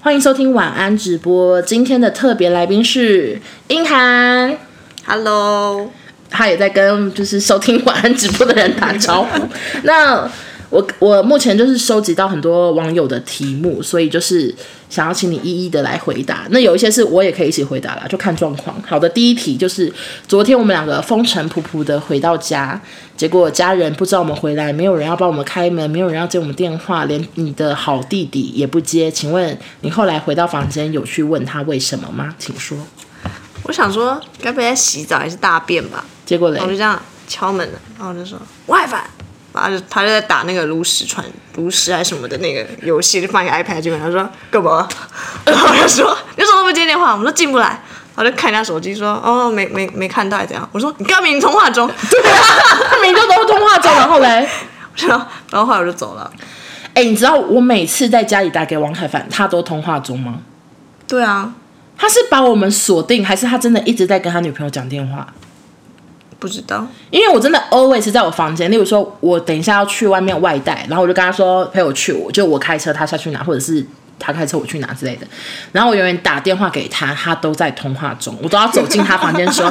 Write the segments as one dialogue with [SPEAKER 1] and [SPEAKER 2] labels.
[SPEAKER 1] 欢迎收听晚安直播。今天的特别来宾是英涵，
[SPEAKER 2] Hello，
[SPEAKER 1] 他也在跟就是收听晚安直播的人打招呼。 那我我目前就是收集到很多网友的题目，所以就是想要请你一一的来回答。那有一些是我也可以一起回答啦，就看状况。好的，第一题就是昨天我们两个风尘仆仆的回到家，结果家人不知道我们回来，没有人要帮我们开门，没有人要接我们电话，连你的好弟弟也不接。请问你后来回到房间有去问他为什么吗？请说。
[SPEAKER 2] 我想说，该不会在洗澡还是大便吧？
[SPEAKER 1] 结果嘞
[SPEAKER 2] 然后我就这样敲门了，然后我就说吴海凡，然后他就他就在打那个炉石传炉石还是什么的那个游戏，就放一个 iPad 进来，他说干嘛？ 然后我就说你为什么都不接电话？我们都进不来。然后就看一下手机，说哦没没没看到还是怎样？我说你刚明明通话中，对
[SPEAKER 1] 他明明就都通话中，然后嘞。
[SPEAKER 2] 然后然后后来我就走了。
[SPEAKER 1] 哎、你知道我每次在家里打给王凯凡，他都通话中吗？
[SPEAKER 2] 对啊，
[SPEAKER 1] 他是把我们锁定，还是他真的一直在跟他女朋友讲电话？
[SPEAKER 2] 不知道，
[SPEAKER 1] 因为我真的 always 在我房间，例如说我等一下要去外面外带，然后我就跟他说陪我去，我就我开车他下去拿，或者是他开车我去拿之类的。然后我永远打电话给他，他都在通话中，我都要走进他房间说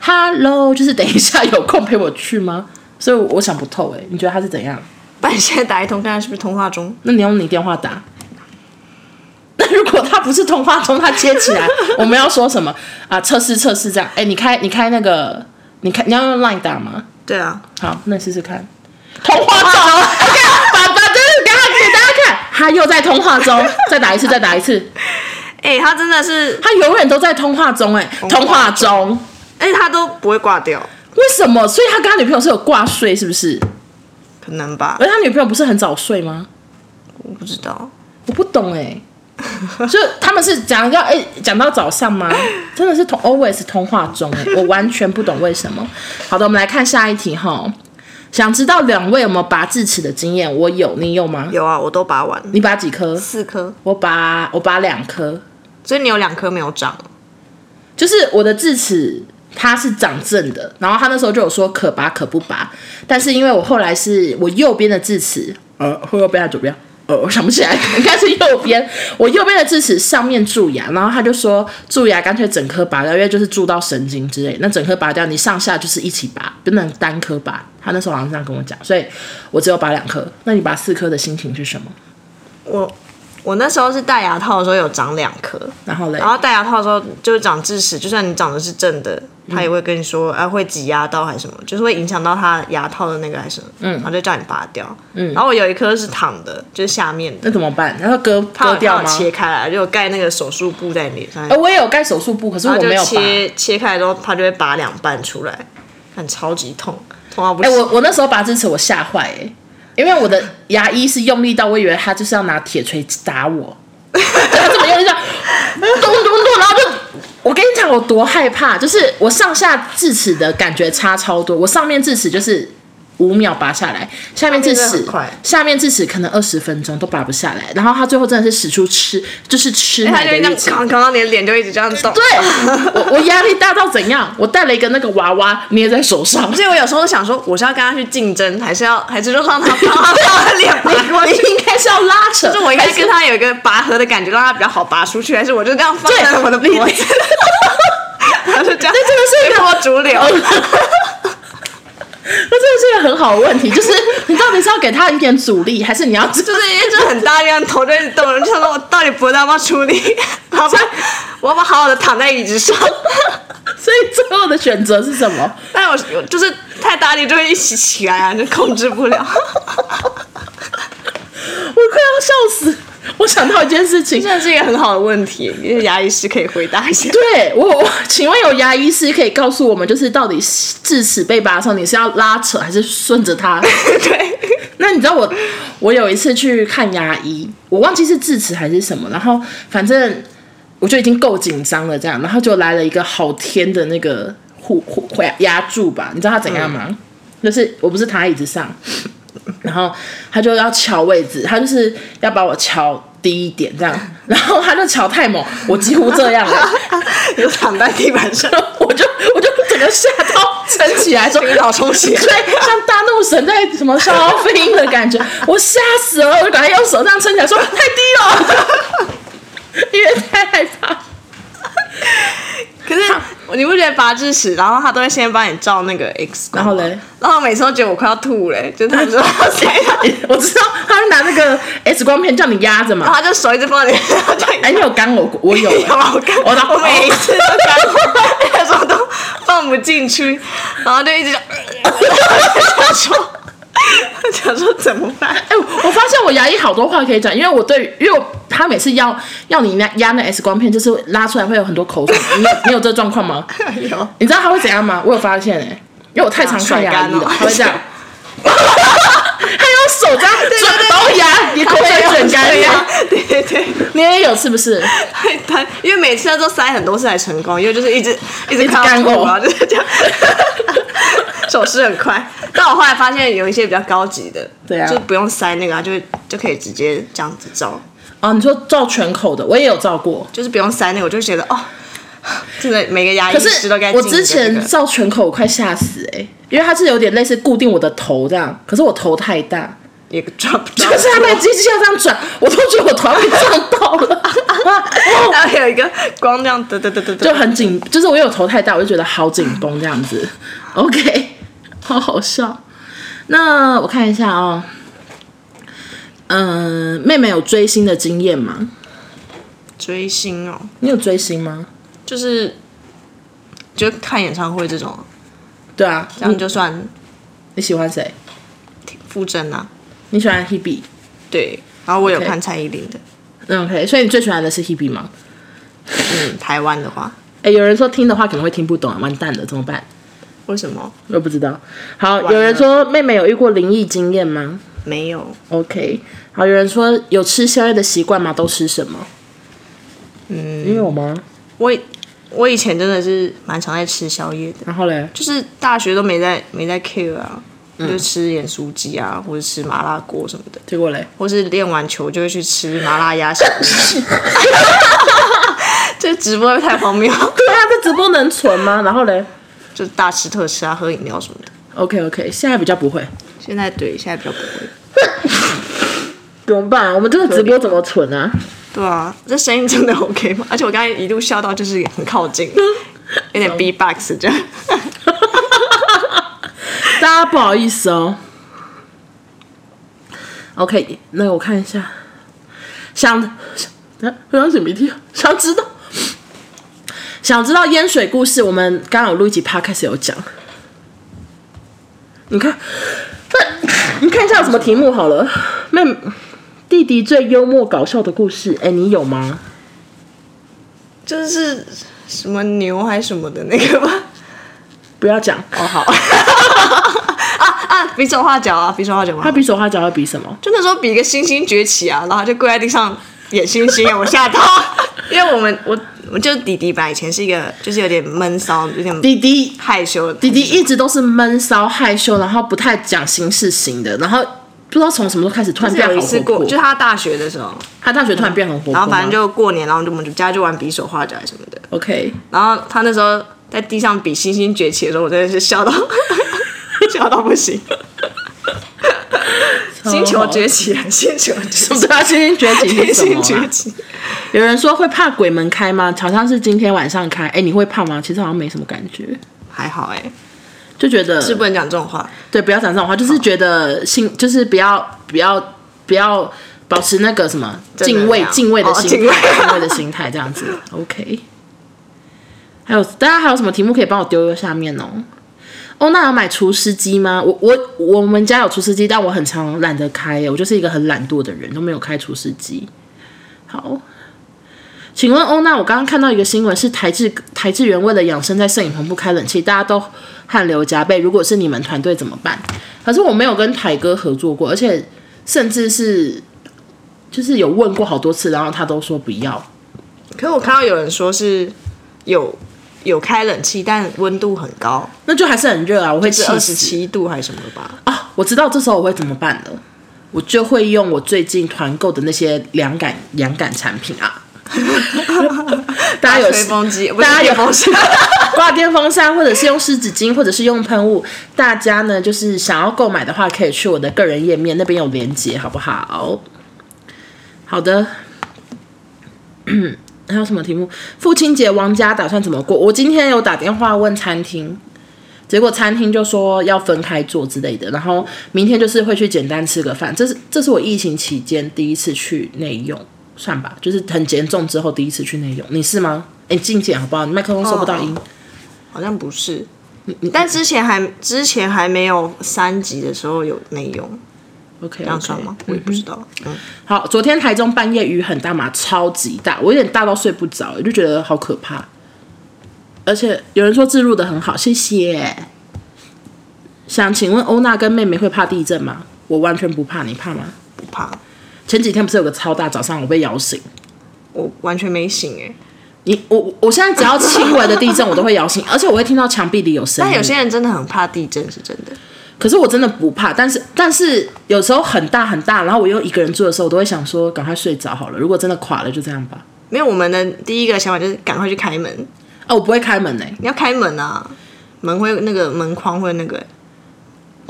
[SPEAKER 1] “hello”，就是等一下有空陪我去吗？所以我想不透哎、你觉得他是怎样？
[SPEAKER 2] 不然你现在打一通看看是不是通话中？
[SPEAKER 1] 那你用你电话打。 那如果他不是通话中，他接起 来，我们要说什么啊？测试测试这样。哎、你开你开那个，你开你要用 Line 打吗？
[SPEAKER 2] 对啊，
[SPEAKER 1] 好，那你试试看。通话中，哎呀，爸爸真是给他给大家看，他又在通话 中，再打一次，再打一次，
[SPEAKER 2] 哎、他真的是，
[SPEAKER 1] 他永远都在通话中、哎，通话中，
[SPEAKER 2] 而且哎他都不会挂掉，
[SPEAKER 1] 为什么？所以他跟他女朋友是有挂睡，是不是？
[SPEAKER 2] 可能吧，
[SPEAKER 1] 而他女朋友不是很早睡吗？
[SPEAKER 2] 我不知道。
[SPEAKER 1] 我不懂哎、就他们是讲要哎讲到早上吗？真的是同 always 通话中哎、我完全不懂为什么。好的，我们来看下一题哈。想知道两位有没有拔智齿的经验？我有，你有吗？
[SPEAKER 2] 有啊，我都拔完了
[SPEAKER 1] 你拔几颗？
[SPEAKER 2] 四颗，
[SPEAKER 1] 我拔我拔两颗，
[SPEAKER 2] 所以你有两颗没有长。
[SPEAKER 1] 就是我的智齿它是长正的，然后他那时候就有说可拔可不拔，但是因为我后来是我右边的智齿，呃，会右边还是左边？呃，我想不起来，应该是右边。我右边的智齿上面蛀牙，然后他就说蛀牙干脆整颗拔掉，因为就是蛀到神经之类。那整颗拔掉，你上下就是一起拔，不能单颗拔。他那时候好像这样跟我讲，所以我只有拔两颗。那你拔四颗的心情是什么？
[SPEAKER 2] 我我那时候是戴牙套的时候有长两颗，
[SPEAKER 1] 然后嘞
[SPEAKER 2] 然，后戴牙套的时候就是长智齿，就算你长的是正的，他也会跟你说啊会挤压到还是什么，就是会影响到他牙套的那个还是什么，嗯，然后就叫你拔掉。嗯，然后我有一颗是躺的，就是下面的，
[SPEAKER 1] 那怎么办？然后割
[SPEAKER 2] 它有
[SPEAKER 1] 割掉
[SPEAKER 2] 它有
[SPEAKER 1] 吗？
[SPEAKER 2] 切开来，就有盖那个手术布在你脸上
[SPEAKER 1] 呃，，我也有盖手术布，可是我
[SPEAKER 2] 然后
[SPEAKER 1] 没
[SPEAKER 2] 就
[SPEAKER 1] 有拔。
[SPEAKER 2] 切切开来之后，它就会拔两半出来，很超级痛，痛到不
[SPEAKER 1] 哎、
[SPEAKER 2] 行。
[SPEAKER 1] 我我那时候拔智齿，我吓坏哎，因为我的牙医是用力到，我以为他就是要拿铁锤打我，他这么用力这样，咚咚咚，然后就。我跟你讲，我多害怕，就是我上下智齿的感觉差超多。我上面智齿就是五秒拔下来，下面智
[SPEAKER 2] 下面真的
[SPEAKER 1] 齿
[SPEAKER 2] 很快
[SPEAKER 1] 下面智齿可能二十分钟都拔不下来。然后他最后真的是使出吃，就是吃
[SPEAKER 2] 哎它
[SPEAKER 1] 奶 的
[SPEAKER 2] 就会这
[SPEAKER 1] 力
[SPEAKER 2] 样
[SPEAKER 1] 气。
[SPEAKER 2] 扛扛到你的脸就一直这样动。
[SPEAKER 1] 对，我我压力大到怎样？我带了一个那个娃娃捏在手上，
[SPEAKER 2] 所以我有时候想说，我是要跟他去竞争，还是要还是就让他帮他把 我的脸拔过
[SPEAKER 1] 你
[SPEAKER 2] 去？
[SPEAKER 1] 应该是要拉扯，
[SPEAKER 2] 就是我应该
[SPEAKER 1] 还是
[SPEAKER 2] 跟他有一个拔河的感觉，让他比较好拔出去，还是我就这样放在
[SPEAKER 1] 对
[SPEAKER 2] 我的脖子，然后 就这
[SPEAKER 1] 这真
[SPEAKER 2] 样，
[SPEAKER 1] 的是一
[SPEAKER 2] 随
[SPEAKER 1] 个
[SPEAKER 2] 波逐流。
[SPEAKER 1] 那真的是一个很好的问题，就是你到底是要给他一点阻力，还是你要就
[SPEAKER 2] 就是因为就是很大力，头就一直动，我就想说我到底脖子要不要处 理？然后我要不要好好的躺在椅子上？
[SPEAKER 1] 所以最后的选择是什么？
[SPEAKER 2] 但我我就是太大力就会一起起来啊，就控制不了。
[SPEAKER 1] 我快要笑死！我想到一件事情，
[SPEAKER 2] 真的是一个很好的问题，就是牙医师可以回答一下。
[SPEAKER 1] 对我，我请问有牙医师可以告诉我们，就是到底智齿被拔的时候，你是要拉扯还是顺着它？
[SPEAKER 2] 对，
[SPEAKER 1] 那你知道我，我有一次去看牙医，我忘记是智齿还是什么，然后反正我就已经够紧张了，这样，然后就来了一个好天的那个护 护嗯护牙牙柱吧，你知道他怎样吗？就是我不是躺在椅子上，然后他就要敲位置，他就是要把我敲低一点这样，然后他就敲太猛，我几乎这样了，
[SPEAKER 2] 你就躺在地板上。
[SPEAKER 1] 我就我就整个吓到 撑起来说
[SPEAKER 2] 这个脑 充血
[SPEAKER 1] 对，像大怒神在什么消耗飞鹰的感觉，我吓死了，我就赶快用手这样撑起来说太低了。
[SPEAKER 2] 你不觉得拔智齿，然后他都会先帮你照那个 X 光
[SPEAKER 1] 然
[SPEAKER 2] 吗，
[SPEAKER 1] 后嘞
[SPEAKER 2] 然后每次都觉得我快要吐嘞，就是他说 谁啊，
[SPEAKER 1] 我知道，他会拿那个 X 光片叫你压着
[SPEAKER 2] 然
[SPEAKER 1] 嘛。
[SPEAKER 2] 后他就手一直放你，他就
[SPEAKER 1] 哎，你有干我？我有、欸 啊
[SPEAKER 2] 有吗？我看
[SPEAKER 1] 我拿
[SPEAKER 2] 我每一次都 干过，那时 候都放不进去，然后就 一直想，想说想说怎么办？
[SPEAKER 1] 哎、我发现我牙医好多话可以讲，因为我对，因为我他每次要要你压压那 X 光片，就是拉出来会有很多口水。你有你有这状况吗？
[SPEAKER 2] 有
[SPEAKER 1] 你知道他会怎样吗？我有发现哎、因为我太常刷
[SPEAKER 2] 啊
[SPEAKER 1] 牙医了，他会这样， 他用手这样转把我牙也口水整干啊呀。，
[SPEAKER 2] 哎对啊对对，
[SPEAKER 1] 你也有是不是？
[SPEAKER 2] 他因为每次他都塞很多次才成功，因为就是 一直一
[SPEAKER 1] 一
[SPEAKER 2] 直
[SPEAKER 1] 直
[SPEAKER 2] 看到
[SPEAKER 1] 干呕
[SPEAKER 2] 吐然后 就是这样，手势很快。但我后来发现有一些比较高级的，
[SPEAKER 1] 对啊
[SPEAKER 2] 就不用塞那个、啊，就就可以直接这样子照，
[SPEAKER 1] 哦，你说照全口的，我也有照过。
[SPEAKER 2] 就是不用塞那个，我就觉得哦，真的每个牙啊医
[SPEAKER 1] 可
[SPEAKER 2] 师
[SPEAKER 1] 是
[SPEAKER 2] 都该
[SPEAKER 1] 我
[SPEAKER 2] 进一个
[SPEAKER 1] 之
[SPEAKER 2] 这
[SPEAKER 1] 前
[SPEAKER 2] 个
[SPEAKER 1] 照全口，我快吓死哎、因为它是有点类似固定我的头这样，可是我头太大，
[SPEAKER 2] 也抓不到，
[SPEAKER 1] 就是他那个机器要这样转，我都觉得我头要被撞到 了，
[SPEAKER 2] 然后有一个光这样得得得得得，
[SPEAKER 1] 就很紧，就是我有头太大，我就觉得好紧绷这样 子。OK，好好笑。那我看一下哦，嗯、妹妹有追星的经验吗？
[SPEAKER 2] 追星哦，
[SPEAKER 1] 你有追星吗？
[SPEAKER 2] 就是就看演唱会这种，
[SPEAKER 1] 对啊，
[SPEAKER 2] 这样就算
[SPEAKER 1] 你喜欢谁？
[SPEAKER 2] 附赠啊。
[SPEAKER 1] 你喜欢 Hebe？
[SPEAKER 2] 对，然后我有
[SPEAKER 1] OK
[SPEAKER 2] 看蔡依林的，
[SPEAKER 1] 嗯，OK，所以你最喜欢的是 Hebe 吗？
[SPEAKER 2] 嗯，台湾的话，
[SPEAKER 1] 哎，有人说听的话可能会听不懂，完蛋了，怎么办？
[SPEAKER 2] 为什么
[SPEAKER 1] 我不知道。好，
[SPEAKER 2] 了
[SPEAKER 1] 有人说妹妹有遇过灵异经验吗？
[SPEAKER 2] 没有？
[SPEAKER 1] OK，好，有人说有吃宵夜的习惯吗？都吃什么？嗯，你有吗？
[SPEAKER 2] 我以我以前真的是蛮常在吃宵夜的，
[SPEAKER 1] 然后嘞，
[SPEAKER 2] 就是大学都没在没在 care 啊，就吃盐酥鸡啊，或者吃麻辣锅什么的，
[SPEAKER 1] 结果嘞，
[SPEAKER 2] 或是练完球就会去吃麻辣鸭血。 这直播会不会太荒谬，
[SPEAKER 1] 对啊，这直播能存吗？然后嘞
[SPEAKER 2] 就大吃特吃啊，喝饮料什么的。
[SPEAKER 1] ，OK OK，现在比较不会，
[SPEAKER 2] 现在对，现在比较不会。
[SPEAKER 1] 怎么办？我们这个直播怎么存啊？
[SPEAKER 2] 对啊，这声音真的 OK 吗？而且我刚才一路笑到就是很靠近，有点 B-box 这样。
[SPEAKER 1] 大家不好意思哦。OK，那我看一下，想，哎，我要擤鼻涕，想知道，想知道淹水故事，我们刚刚有录一集 podcast 有讲。你看，你看一下有什么题目好了。妹，弟弟最幽默搞笑的故事，哎、你有吗？
[SPEAKER 2] 就是什么牛还是什么的那个吧。
[SPEAKER 1] 不要讲，
[SPEAKER 2] 哦，好。 啊啊，比手画脚啊，比手画脚嘛
[SPEAKER 1] 他。比手画脚要比什么？
[SPEAKER 2] 就那时候比一个星星崛起啊，然后他就跪在地上演星星， 我吓到。因为我们我我就弟弟吧，以前是一个就是有点闷骚，有点
[SPEAKER 1] 弟弟
[SPEAKER 2] 害羞的。
[SPEAKER 1] 弟弟一直都是闷骚害羞，然后不太讲心事型的，然后不知道从什么时候开始突然
[SPEAKER 2] 是
[SPEAKER 1] 变
[SPEAKER 2] 有一
[SPEAKER 1] 好
[SPEAKER 2] 次
[SPEAKER 1] 活
[SPEAKER 2] 过，
[SPEAKER 1] 泼。
[SPEAKER 2] 就是他大学的时候，
[SPEAKER 1] 他大学突然变很活泼吗，
[SPEAKER 2] 然后反正就过年，然后我们就家就玩比手画脚什么的。
[SPEAKER 1] OK。
[SPEAKER 2] 然后他那时候在地上比星星崛起的时候，我真的是笑到 笑到不行。星球崛起啊，星球崛起，
[SPEAKER 1] 对啊，星星崛起
[SPEAKER 2] 天
[SPEAKER 1] 是什
[SPEAKER 2] 星
[SPEAKER 1] 么
[SPEAKER 2] 崛
[SPEAKER 1] 啊？
[SPEAKER 2] 起。
[SPEAKER 1] 有人说会怕鬼门开吗？好像是今天晚上开。哎，你会怕吗？其实好像没什么感觉，
[SPEAKER 2] 还好哎、
[SPEAKER 1] 就觉得
[SPEAKER 2] 是不能讲这种话。
[SPEAKER 1] 对，不要讲这种话，就是觉得心，就是不要不要不要保持那个什么
[SPEAKER 2] 正能
[SPEAKER 1] 敬畏
[SPEAKER 2] 量
[SPEAKER 1] 敬畏的
[SPEAKER 2] 哦
[SPEAKER 1] 心态，
[SPEAKER 2] 敬畏
[SPEAKER 1] 敬畏的心态这样子。OK。还有大家还有什么题目可以帮我丢丢下面哦？哦，那有买除湿机吗？我我我们家有除湿机，但我很常懒得开耶，我就是一个很懒惰的人，都没有开除湿机。好，请问欧娜，我刚刚看到一个新闻，是台制台制员为了养生，在摄影棚不开冷气，大家都汗流浃背。如果是你们团队怎么办？可是我没有跟台哥合作过，而且甚至是就是有问过好多次，然后他都说不要。
[SPEAKER 2] 可是我看到有人说是有有开冷气，但温度很高，
[SPEAKER 1] 那就还是很热啊，我会气
[SPEAKER 2] 是二
[SPEAKER 1] 死
[SPEAKER 2] 十。七度还是什么吧？
[SPEAKER 1] 啊，我知道这时候我会怎么办了，我就会用我最近团购的那些凉感凉感产品啊。 大家有
[SPEAKER 2] 吹风机，不是
[SPEAKER 1] 大家有
[SPEAKER 2] 电风扇，
[SPEAKER 1] 挂电风扇，或者是用湿纸巾，或者是用喷雾。大家呢，就是想要购买的话，可以去我的个人页面那边有连接，好不好？好的。 还有什么题目？父亲节王家打算怎么过？我今天有打电话问餐厅，结果餐厅就说要分开做之类的，然后明天就是会去简单吃个饭。这是这是我疫情期间第一次去内用，算吧，就是很严重之后第一次去内用。你是吗？哎、你近点好不好？你麦克风收不
[SPEAKER 2] 哦
[SPEAKER 1] 到音。 嗯
[SPEAKER 2] 好像不是。但之前还之前还没有三级的时候有内用，
[SPEAKER 1] OK，
[SPEAKER 2] 这样算吗？我也不知道。嗯，
[SPEAKER 1] 好，昨天台中半夜雨很大嘛，超级大，我有点大到睡不着，我就觉得好可怕。而且有人说自入的很好，谢谢。想请问欧娜跟妹妹会怕地震吗？我完全不怕，你怕吗？
[SPEAKER 2] 不怕，
[SPEAKER 1] 前几天不是有个超大，早上我被摇醒。
[SPEAKER 2] 我完全没醒哎、
[SPEAKER 1] 你我我我现在只要轻微的地震，我都会摇醒，而且我会听到墙壁里有声音。
[SPEAKER 2] 但有些人真的很怕地震，是真的。
[SPEAKER 1] 可是我真的不怕，但是但是有时候很大很大，然后我又一个人住的时候，我都会想说赶快睡着好了。如果真的垮了，就这样吧。
[SPEAKER 2] 没有，我们的第一个想法就是赶快去开门。
[SPEAKER 1] 啊，我不会开门呢、
[SPEAKER 2] 你要开门啊，门会那个门框会那个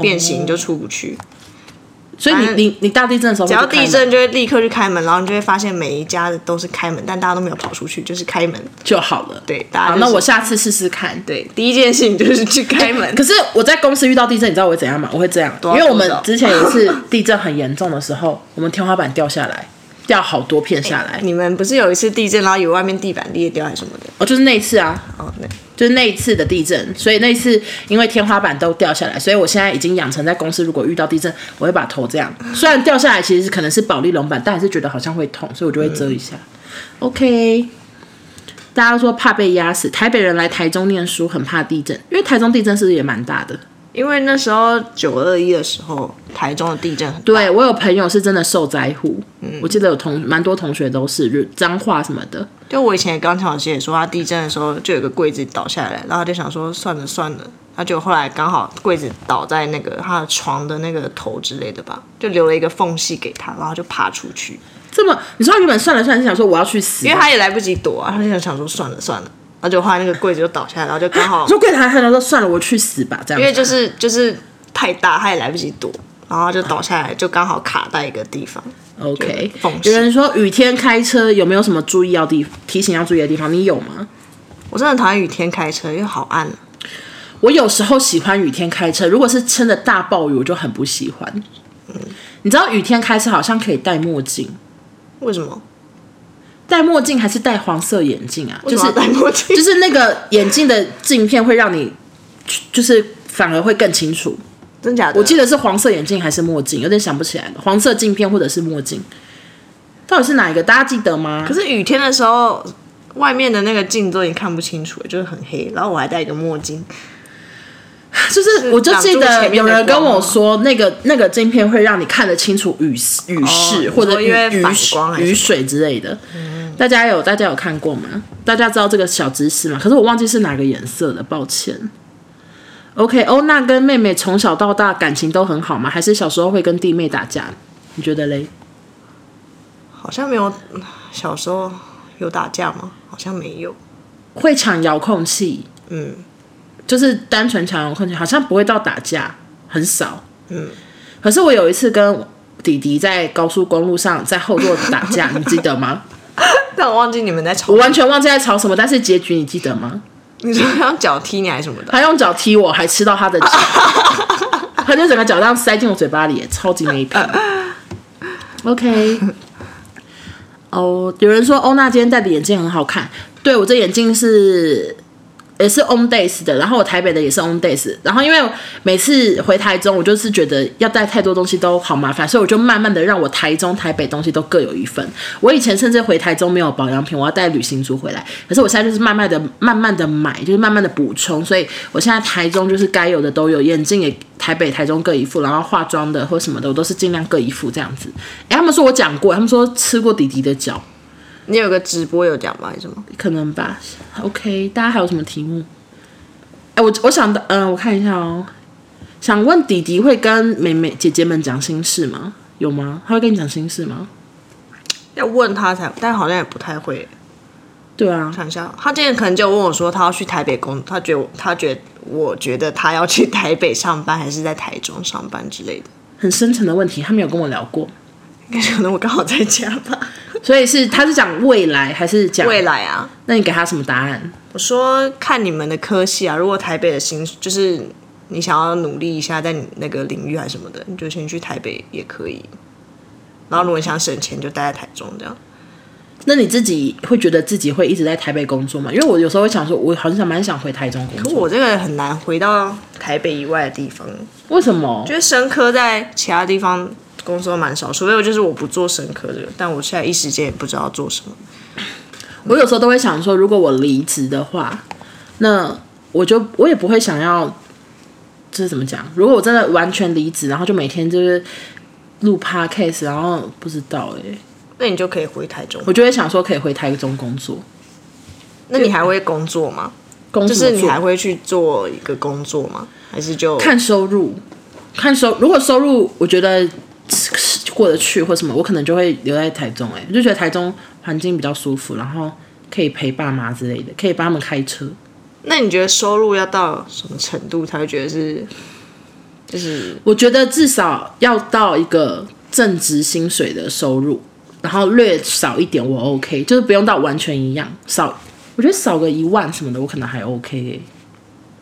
[SPEAKER 2] 变形，你就出不去。
[SPEAKER 1] 哦所以
[SPEAKER 2] 反正
[SPEAKER 1] 你你你大地震的时候，
[SPEAKER 2] 只要地震就会立刻去开门，然后你就会发现每一家的都是开门，但大家都没有跑出去，就是开门。
[SPEAKER 1] 就好了。
[SPEAKER 2] 对，大
[SPEAKER 1] 哦
[SPEAKER 2] 家、
[SPEAKER 1] 好，
[SPEAKER 2] 就是
[SPEAKER 1] 那我下次试试看。
[SPEAKER 2] 对第一件事情就是去开门。
[SPEAKER 1] 可是我在公司遇到地震，你知道我会怎样吗？我会这样，因
[SPEAKER 2] 少
[SPEAKER 1] 为我们
[SPEAKER 2] 多少
[SPEAKER 1] 之前有一 次地震很严重的时候，我们天花板掉下来，掉好多片下来。
[SPEAKER 2] 你们不是有一次地震，然后有外面地板裂掉还是什么的？
[SPEAKER 1] 哦，就是那一次啊，
[SPEAKER 2] 哦，对，
[SPEAKER 1] 就是那一次的地震，所以那一次因为天花板都掉下来，所以我现在已经养成在公司如果遇到地震，我会把头这样，虽然掉下来其实可能是保利龙板，但还是觉得好像会痛，所以我就会遮一下。OK，大家都说怕被压死，台北人来台中念书很怕地震，因为台中地震是不是也蛮大的？
[SPEAKER 2] 因为那时候九二一的时候，台中的地震很
[SPEAKER 1] 对我有朋友是真的受灾户，
[SPEAKER 2] 嗯
[SPEAKER 1] 我记得有同蛮多同学都是日脏话什么的，
[SPEAKER 2] 就我以前刚听老师也说，他地震的时候就有个柜子倒下来，然后他就想说算了算了，他就后来刚好柜子倒在那个他的床的那个头之类的吧，就留了一个缝隙给他，然后就爬出去，
[SPEAKER 1] 这么你说他原本算了算是想说我要去死
[SPEAKER 2] 因，为他也来不及躲啊，他就想说算了算了，然后就后来那个柜子就倒下来，然后就 刚好
[SPEAKER 1] 说柜台还能说算了我去死吧这样子，
[SPEAKER 2] 哦因为就是就是太大，他也来不及躲，然后他就倒下来，就刚好卡在一个地方。
[SPEAKER 1] OK，
[SPEAKER 2] 就缝隙
[SPEAKER 1] 有人说雨天开车有没有什么注意要地提醒要注意的地方？你有吗？
[SPEAKER 2] 我真的很讨厌雨天开车，因为好暗啊
[SPEAKER 1] 我有时候喜欢雨天开车，如果是撑着大暴雨，我就很不喜欢。你知道雨天开车好像可以戴墨镜，
[SPEAKER 2] 为什么？
[SPEAKER 1] 戴墨镜还是戴黄色眼镜啊？就
[SPEAKER 2] 为什么
[SPEAKER 1] 是
[SPEAKER 2] 要戴墨镜
[SPEAKER 1] 就是那个眼镜的镜片会让你，就是反而会更清楚。
[SPEAKER 2] 真假的？
[SPEAKER 1] 我记得是黄色眼镜还是墨镜，有点想不起来了。黄色镜片或者是墨镜，到底是哪一个？大家记得吗？
[SPEAKER 2] 可是雨天的时候，外面的那个镜都已经看不清楚了，就是很黑。然后我还戴一个墨镜，
[SPEAKER 1] 就是我就记
[SPEAKER 2] 挡住
[SPEAKER 1] 得
[SPEAKER 2] 前面的
[SPEAKER 1] 有人跟
[SPEAKER 2] 光
[SPEAKER 1] 我
[SPEAKER 2] 吗
[SPEAKER 1] 说，那个那个镜片会让你看得清楚雨雨势、
[SPEAKER 2] 哦
[SPEAKER 1] 或者
[SPEAKER 2] 你说因为
[SPEAKER 1] 雨雨
[SPEAKER 2] 反光还是嗯
[SPEAKER 1] 雨水之类的。大家有大家有看过吗？大家知道这个小知识吗？可是我忘记是哪个颜色的，抱歉。OK，欧娜跟妹妹从小到大感情都很好吗？还是小时候会跟弟妹打架？你觉得嘞？
[SPEAKER 2] 好像没有嗯小时候有打架吗？好像没有。
[SPEAKER 1] 会抢遥控器，
[SPEAKER 2] 嗯，
[SPEAKER 1] 就是单纯抢遥控器，好像不会到打架，很少。嗯，可是我有一次跟弟弟在高速公路上在后座打架，你记得吗？
[SPEAKER 2] 但我忘记你们在吵
[SPEAKER 1] 我。完全忘记在吵什么，但是结局你记得吗？
[SPEAKER 2] 你说像脚踢你还是什么的？
[SPEAKER 1] 他用脚踢我，还吃到他的脚， 他就整个脚这样塞进我嘴巴里，超级没品。OK，哦，有人说欧娜今天戴的眼镜很好看，对我这眼镜是也呃是 On Days 的，然后我台北的也是 On Days，然后因为每次回台中，我就是觉得要带太多东西都好麻烦，所以我就慢慢的让我台中、台北东西都各有一份。我以前甚至回台中没有保养品，我要带旅行组回来，可是我现在就是慢慢的、慢慢的买，就是慢慢的补充，所以我现在台中就是该有的都有，眼镜也台北、台中各一副，然后化妆的或什么的，我都是尽量各一副这样子。哎，他们说我讲过，他们说吃过弟弟的脚，
[SPEAKER 2] 你有个直播有讲吗？还是什么？
[SPEAKER 1] 可能吧。OK，大家还有什么题目？哎、我我想的，嗯、我看一下哦。想问弟弟会跟妹妹姐姐们讲心事吗？有吗？他会跟你讲心事吗？
[SPEAKER 2] 要问他才，但好像也不太会。
[SPEAKER 1] 对啊，
[SPEAKER 2] 看一下，他之前可能就问我说，他要去台北工，他觉得我他觉得我觉得他要去台北上班，还是在台中上班之类的。
[SPEAKER 1] 很深层的问题，他没有跟我聊过，
[SPEAKER 2] 应该可能我刚好在家吧。
[SPEAKER 1] 所以是他是讲未来还是讲
[SPEAKER 2] 未？来啊，
[SPEAKER 1] 那你给他什么答案？
[SPEAKER 2] 我说看你们的科系啊，如果台北的薪就是你想要努力一下，在你那个领域还是什么的，你就先去台北也可以。然后如果你想省钱，就待在台中这样。
[SPEAKER 1] 那你自己会觉得自己会一直在台北工作吗？因为我有时候会想说，我好像蛮想回台中工
[SPEAKER 2] 可
[SPEAKER 1] 作，
[SPEAKER 2] 我这个很难回到台北以外的地方，
[SPEAKER 1] 为什么？
[SPEAKER 2] 因为生科在其他地方工作蛮少，除非我就是我不做生科这个，但我现在一时间也不知道做什么。
[SPEAKER 1] 我有时候都会想说，如果我离职的话，那我就我也不会想要，这是怎么讲？如果我真的完全离职，然后就每天就是录 podcast，然后不知道哎、
[SPEAKER 2] 那你就可以回台中
[SPEAKER 1] 我。就会想说可以回台中工作，
[SPEAKER 2] 那你还会工作吗？
[SPEAKER 1] 工
[SPEAKER 2] 就
[SPEAKER 1] 作
[SPEAKER 2] 是你还会去做一个工作吗？还是就
[SPEAKER 1] 看收入，看收如果收入我觉得过得去或什么，我可能就会留在台中哎、我就觉得台中环境比较舒服，然后可以陪爸妈之类的，可以帮他们开车。
[SPEAKER 2] 那你觉得收入要到什么程度才会觉得是，就是
[SPEAKER 1] 我觉得至少要到一个正职薪水的收入，然后略少一点我 OK，就是不用到完全一样，少我觉得少个一万什么的我可能还 OK，欸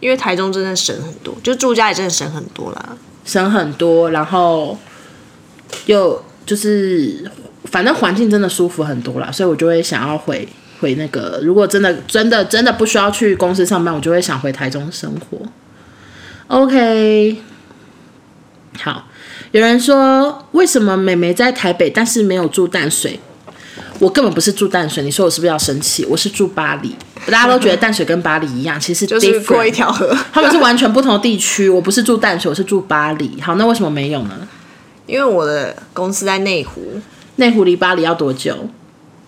[SPEAKER 2] 因为台中真的省很多，就住家里真的省很多啦。
[SPEAKER 1] 省很多，然后又就是反正环境真的舒服很多啦，所以我就会想要回回那个，如果真的真的真的不需要去公司上班，我就会想回台中生活。OK，好，有人说为什么美眉在台北，但是没有住淡水？我根本不是住淡水，你说我是不是要生气？我是住巴黎，大家都觉得淡水跟巴黎一样，其实
[SPEAKER 2] 就是过
[SPEAKER 1] different
[SPEAKER 2] 一条河，
[SPEAKER 1] 他们是完全不同的地区。 我不是住淡水，我是住巴黎。好，那为什么没有呢？
[SPEAKER 2] 因为我的公司在内湖，
[SPEAKER 1] 内湖离巴黎要多久？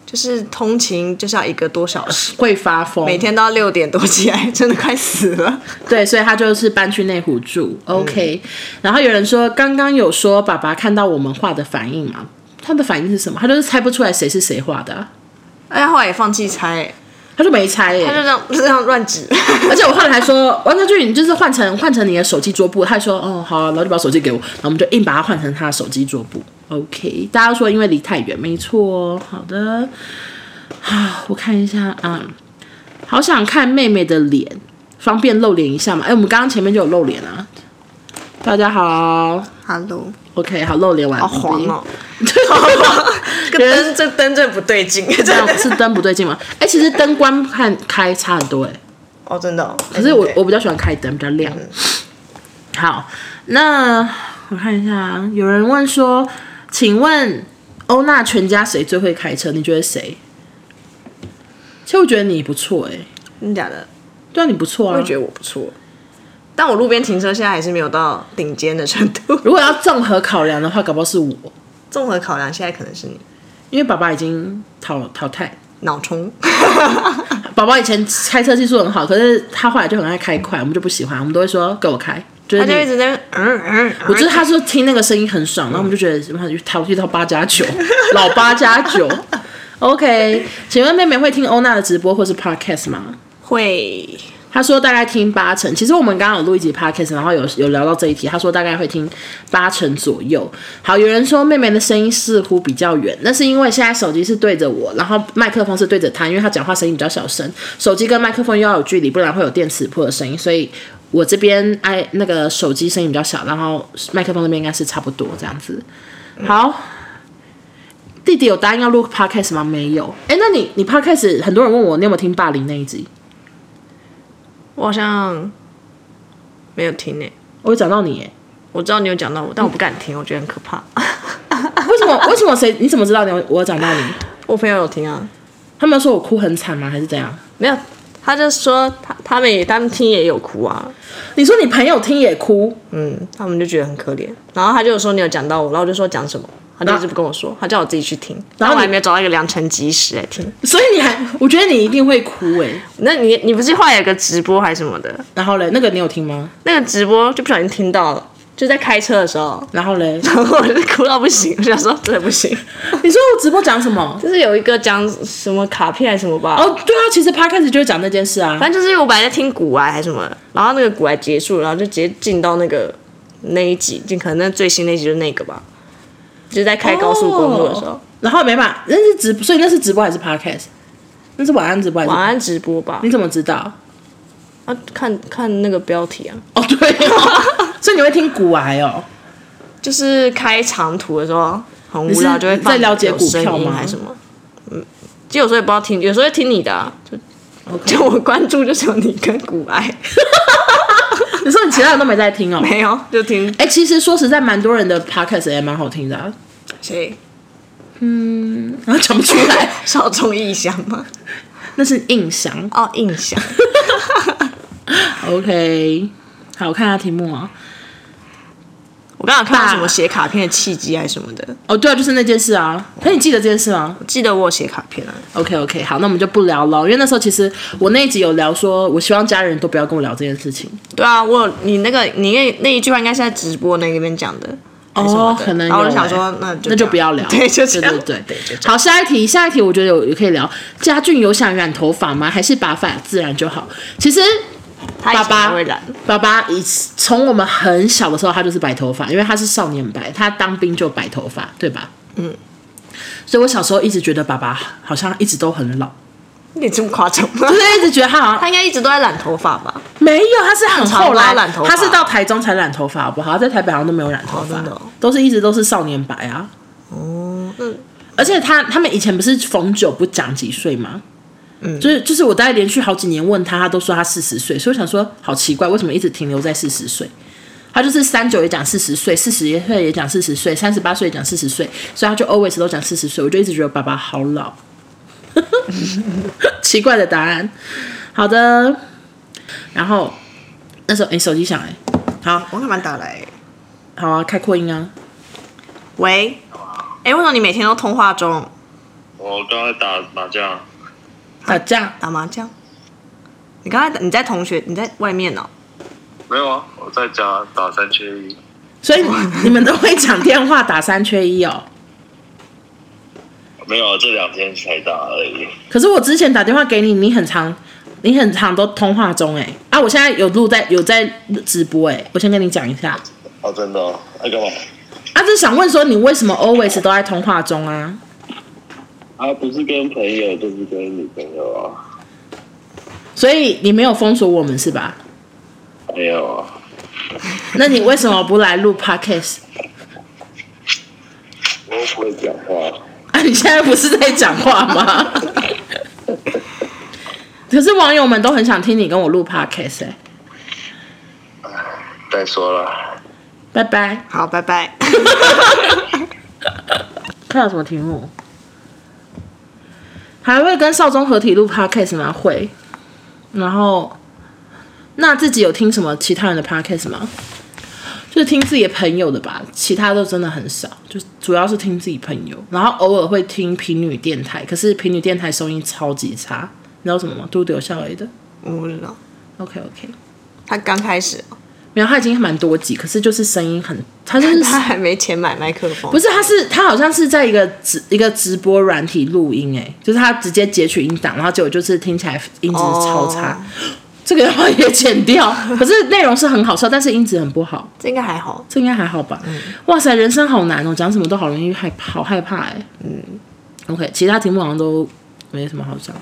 [SPEAKER 2] 就是通勤就是要一个多小时，
[SPEAKER 1] 会发疯。
[SPEAKER 2] 每天都要六点多起来，真的快死了。
[SPEAKER 1] 对，所以他就是搬去内湖住。OK，、然
[SPEAKER 2] 嗯
[SPEAKER 1] 后有人说，刚刚有说爸爸看到我们画的反应嘛？他的反应是什么？他就是猜不出来谁是谁画的啊、
[SPEAKER 2] 哎，后来也放弃猜，
[SPEAKER 1] 他就没猜耶、
[SPEAKER 2] 他就这样就这样乱 指，
[SPEAKER 1] 而且我后来还说，王家俊，你就是换成换成你的手机桌布。他还说，哦，好、啊，然后就把手机给我，然后我们就硬把它换成他的手机桌布。OK，大家说因为离太远，没错哦。好的，啊，我看一下啊，好想看妹妹的脸，方便露脸一下吗？哎，我们刚刚前面就有露脸啊。大家好
[SPEAKER 2] Hello，
[SPEAKER 1] ，OK，好，露脸完
[SPEAKER 2] 好
[SPEAKER 1] 毕。
[SPEAKER 2] 黄哦，
[SPEAKER 1] 有
[SPEAKER 2] 这个
[SPEAKER 1] 人
[SPEAKER 2] 灯这灯真的不对 劲，
[SPEAKER 1] 这
[SPEAKER 2] 真
[SPEAKER 1] 样
[SPEAKER 2] 的
[SPEAKER 1] 是灯不对劲吗？哎，其实灯关看开差很多哎、
[SPEAKER 2] 哦，真的哦。
[SPEAKER 1] 可
[SPEAKER 2] 可
[SPEAKER 1] 是我我比较喜欢开灯，比较亮。
[SPEAKER 2] 嗯
[SPEAKER 1] 好，那我看一下啊，有人问说，请问欧娜全家谁最会开车？你觉得谁？其实我觉得你不错哎、
[SPEAKER 2] 真的假的？
[SPEAKER 1] 对啊，你不错
[SPEAKER 2] 我
[SPEAKER 1] 啊
[SPEAKER 2] 也。觉得我不错，但我路边停车现在还是没有到顶尖的程度。
[SPEAKER 1] 如果要综合考量的话，搞不好是我，
[SPEAKER 2] 综合考量，现在可能是你
[SPEAKER 1] 因为爸爸已经淘淘汰。
[SPEAKER 2] 脑 充，
[SPEAKER 1] 宝宝以前开车技术很好，可是他后来就很爱开快，我们就不喜欢，我们都会说给我开，就是
[SPEAKER 2] 他就一
[SPEAKER 1] 你。
[SPEAKER 2] 直在那边嗯嗯，嗯
[SPEAKER 1] 我觉得他说听那个声音很爽，然后我们就觉得妈他去到八加九，老八加九。OK，请问妹妹会听欧娜的直播或是 podcast 吗？
[SPEAKER 2] 会
[SPEAKER 1] 她说大概听八成。其实我们刚刚有录一集 podcast，然后有有聊到这一题，她说大概会听八成左右。好，有人说妹妹的声音似乎比较远，那是因为现在手机是对着我，然后麦克风是对着她，因为她讲话声音比较小声，手机跟麦克风又要有距离，不然会有电磁波的声音，所以。我这边哎，那个手机声音比较小，然后麦克风那边应该是差不多这样子。好，弟弟有答应要录 podcast 吗？没有。哎，那你你 podcast 很多人问我，你有没有听霸凌那一集？
[SPEAKER 2] 我好像没有听诶，
[SPEAKER 1] 我有讲到你耶，
[SPEAKER 2] 我知道你有讲到我，但我不敢听，我觉得很可怕。
[SPEAKER 1] 为什么？为什么谁？你怎么知道你有我有讲到你？
[SPEAKER 2] 我朋友有听啊，
[SPEAKER 1] 他们说我哭很惨吗？还是怎样？
[SPEAKER 2] 没有，他就说他他们也他们听也有哭啊，
[SPEAKER 1] 你说你朋友听也哭，
[SPEAKER 2] 嗯，他们就觉得很可怜，然后他就说你有讲到我，然后我就说讲什么。他就一直不跟我说，他叫我自己去听，然
[SPEAKER 1] 后
[SPEAKER 2] 后我
[SPEAKER 1] 你
[SPEAKER 2] 还没有找到一个良辰吉时来听。
[SPEAKER 1] 所以你还，我觉得你一定会哭哎。
[SPEAKER 2] 那你你不是后来有个直播还是什么的？
[SPEAKER 1] 然后嘞，那个你有听吗？
[SPEAKER 2] 那个直播就不小心听到了，就在开车的时候，
[SPEAKER 1] 然后嘞，
[SPEAKER 2] 然后 我就哭到不行，我想说真的不行。
[SPEAKER 1] 你说我直播讲什么？
[SPEAKER 2] 就是有一个讲什么卡片还是什么吧，
[SPEAKER 1] 哦，对啊，其实 podcast 就是讲那件事啊。
[SPEAKER 2] 反正就是我本来在听古玩还是什么的，然后那个古玩结束，然后就直接进到那个那一集，就可能那最新那一集就是那个吧。就是在开高速公路的时候，
[SPEAKER 1] 然后没办法，那是直，所以那是直播还是 podcast？那是晚安直播还是？
[SPEAKER 2] 晚安直播吧
[SPEAKER 1] 你。怎么知道？
[SPEAKER 2] 啊，看看那个标题啊，
[SPEAKER 1] 哦，对哦所以你会听古癌哦。
[SPEAKER 2] 就是开长途的时候很
[SPEAKER 1] 你
[SPEAKER 2] 无
[SPEAKER 1] 是
[SPEAKER 2] 聊，就会放
[SPEAKER 1] 在了解
[SPEAKER 2] 有
[SPEAKER 1] 股票
[SPEAKER 2] 声音
[SPEAKER 1] 吗
[SPEAKER 2] 还是什么？嗯，就有时候也不知道听，有时候会听你的、啊，就就我关注就只有你跟古埃，
[SPEAKER 1] 你说你其他人都没在听哦？
[SPEAKER 2] 没有就听
[SPEAKER 1] 哎、其实说实在，蛮多人的 podcast 也蛮好听的、啊，
[SPEAKER 2] 谁
[SPEAKER 1] 然后讲不出来，
[SPEAKER 2] 少中印象吗？
[SPEAKER 1] 那是印象。
[SPEAKER 2] 哦，印象
[SPEAKER 1] OK，好，我看一下题目啊、
[SPEAKER 2] 我刚刚有看到什么写卡片的契机还是什么的，
[SPEAKER 1] 哦。对啊，就是那件事啊。可你记得这件事吗
[SPEAKER 2] 我记得我有写卡片啊，
[SPEAKER 1] ？OK OK，好，那我们就不聊了，因为那时候其实我那一集有聊说，我希望家人都不要跟我聊这件事情。
[SPEAKER 2] 对啊，我有你那个你那那一句话应该是在直播那里面讲的。还是什么的
[SPEAKER 1] 哦可能
[SPEAKER 2] 然后
[SPEAKER 1] 有
[SPEAKER 2] 我就想
[SPEAKER 1] 欸
[SPEAKER 2] 说，那
[SPEAKER 1] 那就
[SPEAKER 2] 就这样
[SPEAKER 1] 不要聊。
[SPEAKER 2] 对，就这
[SPEAKER 1] 对
[SPEAKER 2] 样
[SPEAKER 1] 对对好，下一题，下一题我觉得有也可以聊。家俊有想染头发吗？还是拔发自然就好？其实
[SPEAKER 2] 他以前
[SPEAKER 1] 爸爸
[SPEAKER 2] 不会染，
[SPEAKER 1] 爸爸以从我们很小的时候，他就是白头发，因为他是少年白，他当兵就白头发，对吧？嗯。所以我小时候一直觉得爸爸好像一直都很老，
[SPEAKER 2] 你这么夸张吗？
[SPEAKER 1] 就是一直觉得他好像
[SPEAKER 2] 他应该一直都在染头发吧？
[SPEAKER 1] 没有，他是很后来
[SPEAKER 2] 很常都染头发
[SPEAKER 1] 他是到台中才染头发，好不好？他在台北好像都没有染头
[SPEAKER 2] 哦
[SPEAKER 1] 发，
[SPEAKER 2] 真的哦
[SPEAKER 1] 都是一直都是少年白啊。
[SPEAKER 2] 哦，那
[SPEAKER 1] 而且他他们以前不是逢九不讲几岁吗？嗯，就是就是我大概连续好几年问他，他都说他四十岁，所以我想说好奇怪，为什么一直停留在四十岁？他就是三九也讲四十岁，四十岁也讲四十岁，三十八岁也讲四十岁，所以他就 always 都讲四十岁。我就一直觉得爸爸好老，奇怪的答案。好的，然后那时候你手机响哎、好
[SPEAKER 2] 我干嘛打来？
[SPEAKER 1] 好啊，开扩音啊，
[SPEAKER 2] 喂，哎、为什么你每天都通话中？
[SPEAKER 3] 我刚才打麻将，
[SPEAKER 1] 打架
[SPEAKER 2] 打麻将？你刚才你在同学你在外面哦、
[SPEAKER 3] 没有啊，我在家打三缺一，
[SPEAKER 1] 所以你们都会讲电话打三缺一哦。
[SPEAKER 3] 没有啊，这两天才打而已。
[SPEAKER 1] 可是我之前打电话给你，你很长，你很长都通话中哎、啊！我现在有录在有在直播哎、我先跟你讲一下
[SPEAKER 3] 哦，真的、哦？那、干嘛？
[SPEAKER 1] 啊，就是想问说你为什么 always 都在通话中啊？
[SPEAKER 3] 啊，不是跟朋友，就是跟女朋友啊。
[SPEAKER 1] 所以你没有封锁我们是吧？
[SPEAKER 3] 没有啊，
[SPEAKER 1] 那你为什么不来录 podcast？
[SPEAKER 3] 我又不会讲话。
[SPEAKER 1] 啊，你现在不是在讲话吗？ 可是网友们都很想听你跟我录 podcast 哎、
[SPEAKER 3] 再说了，
[SPEAKER 1] 拜拜。
[SPEAKER 2] 好，拜拜。
[SPEAKER 1] 看到什么题目？还会跟少中合体录 podcast 吗？会。然后，那自己有听什么其他人的 podcast 吗？就是听自己的朋友的吧，其他都真的很少，就主要是听自己朋友，然后偶尔会听平女电台，可是平女电台收音超级差，你知道什么吗？都留下来的。
[SPEAKER 2] 我不知道，
[SPEAKER 1] OK OK，
[SPEAKER 2] 他刚开始哦，
[SPEAKER 1] 没有，他已经蛮多集，可是就是声音很，他就是
[SPEAKER 2] 他还没钱买麦克风。
[SPEAKER 1] 不是，他是他好像是在一个直一个直播软体录音，哎，就是他直接截取音档，然后结果就是听起来音质超差。这个的话也剪掉，可是内容是很好笑，但是音质很不好，
[SPEAKER 2] 这应该还好。
[SPEAKER 1] 这应该还好吧？哇塞，人生好难哦，讲什么都好容易害好害怕哎。嗯，OK，其他题目好像都没什么好讲的。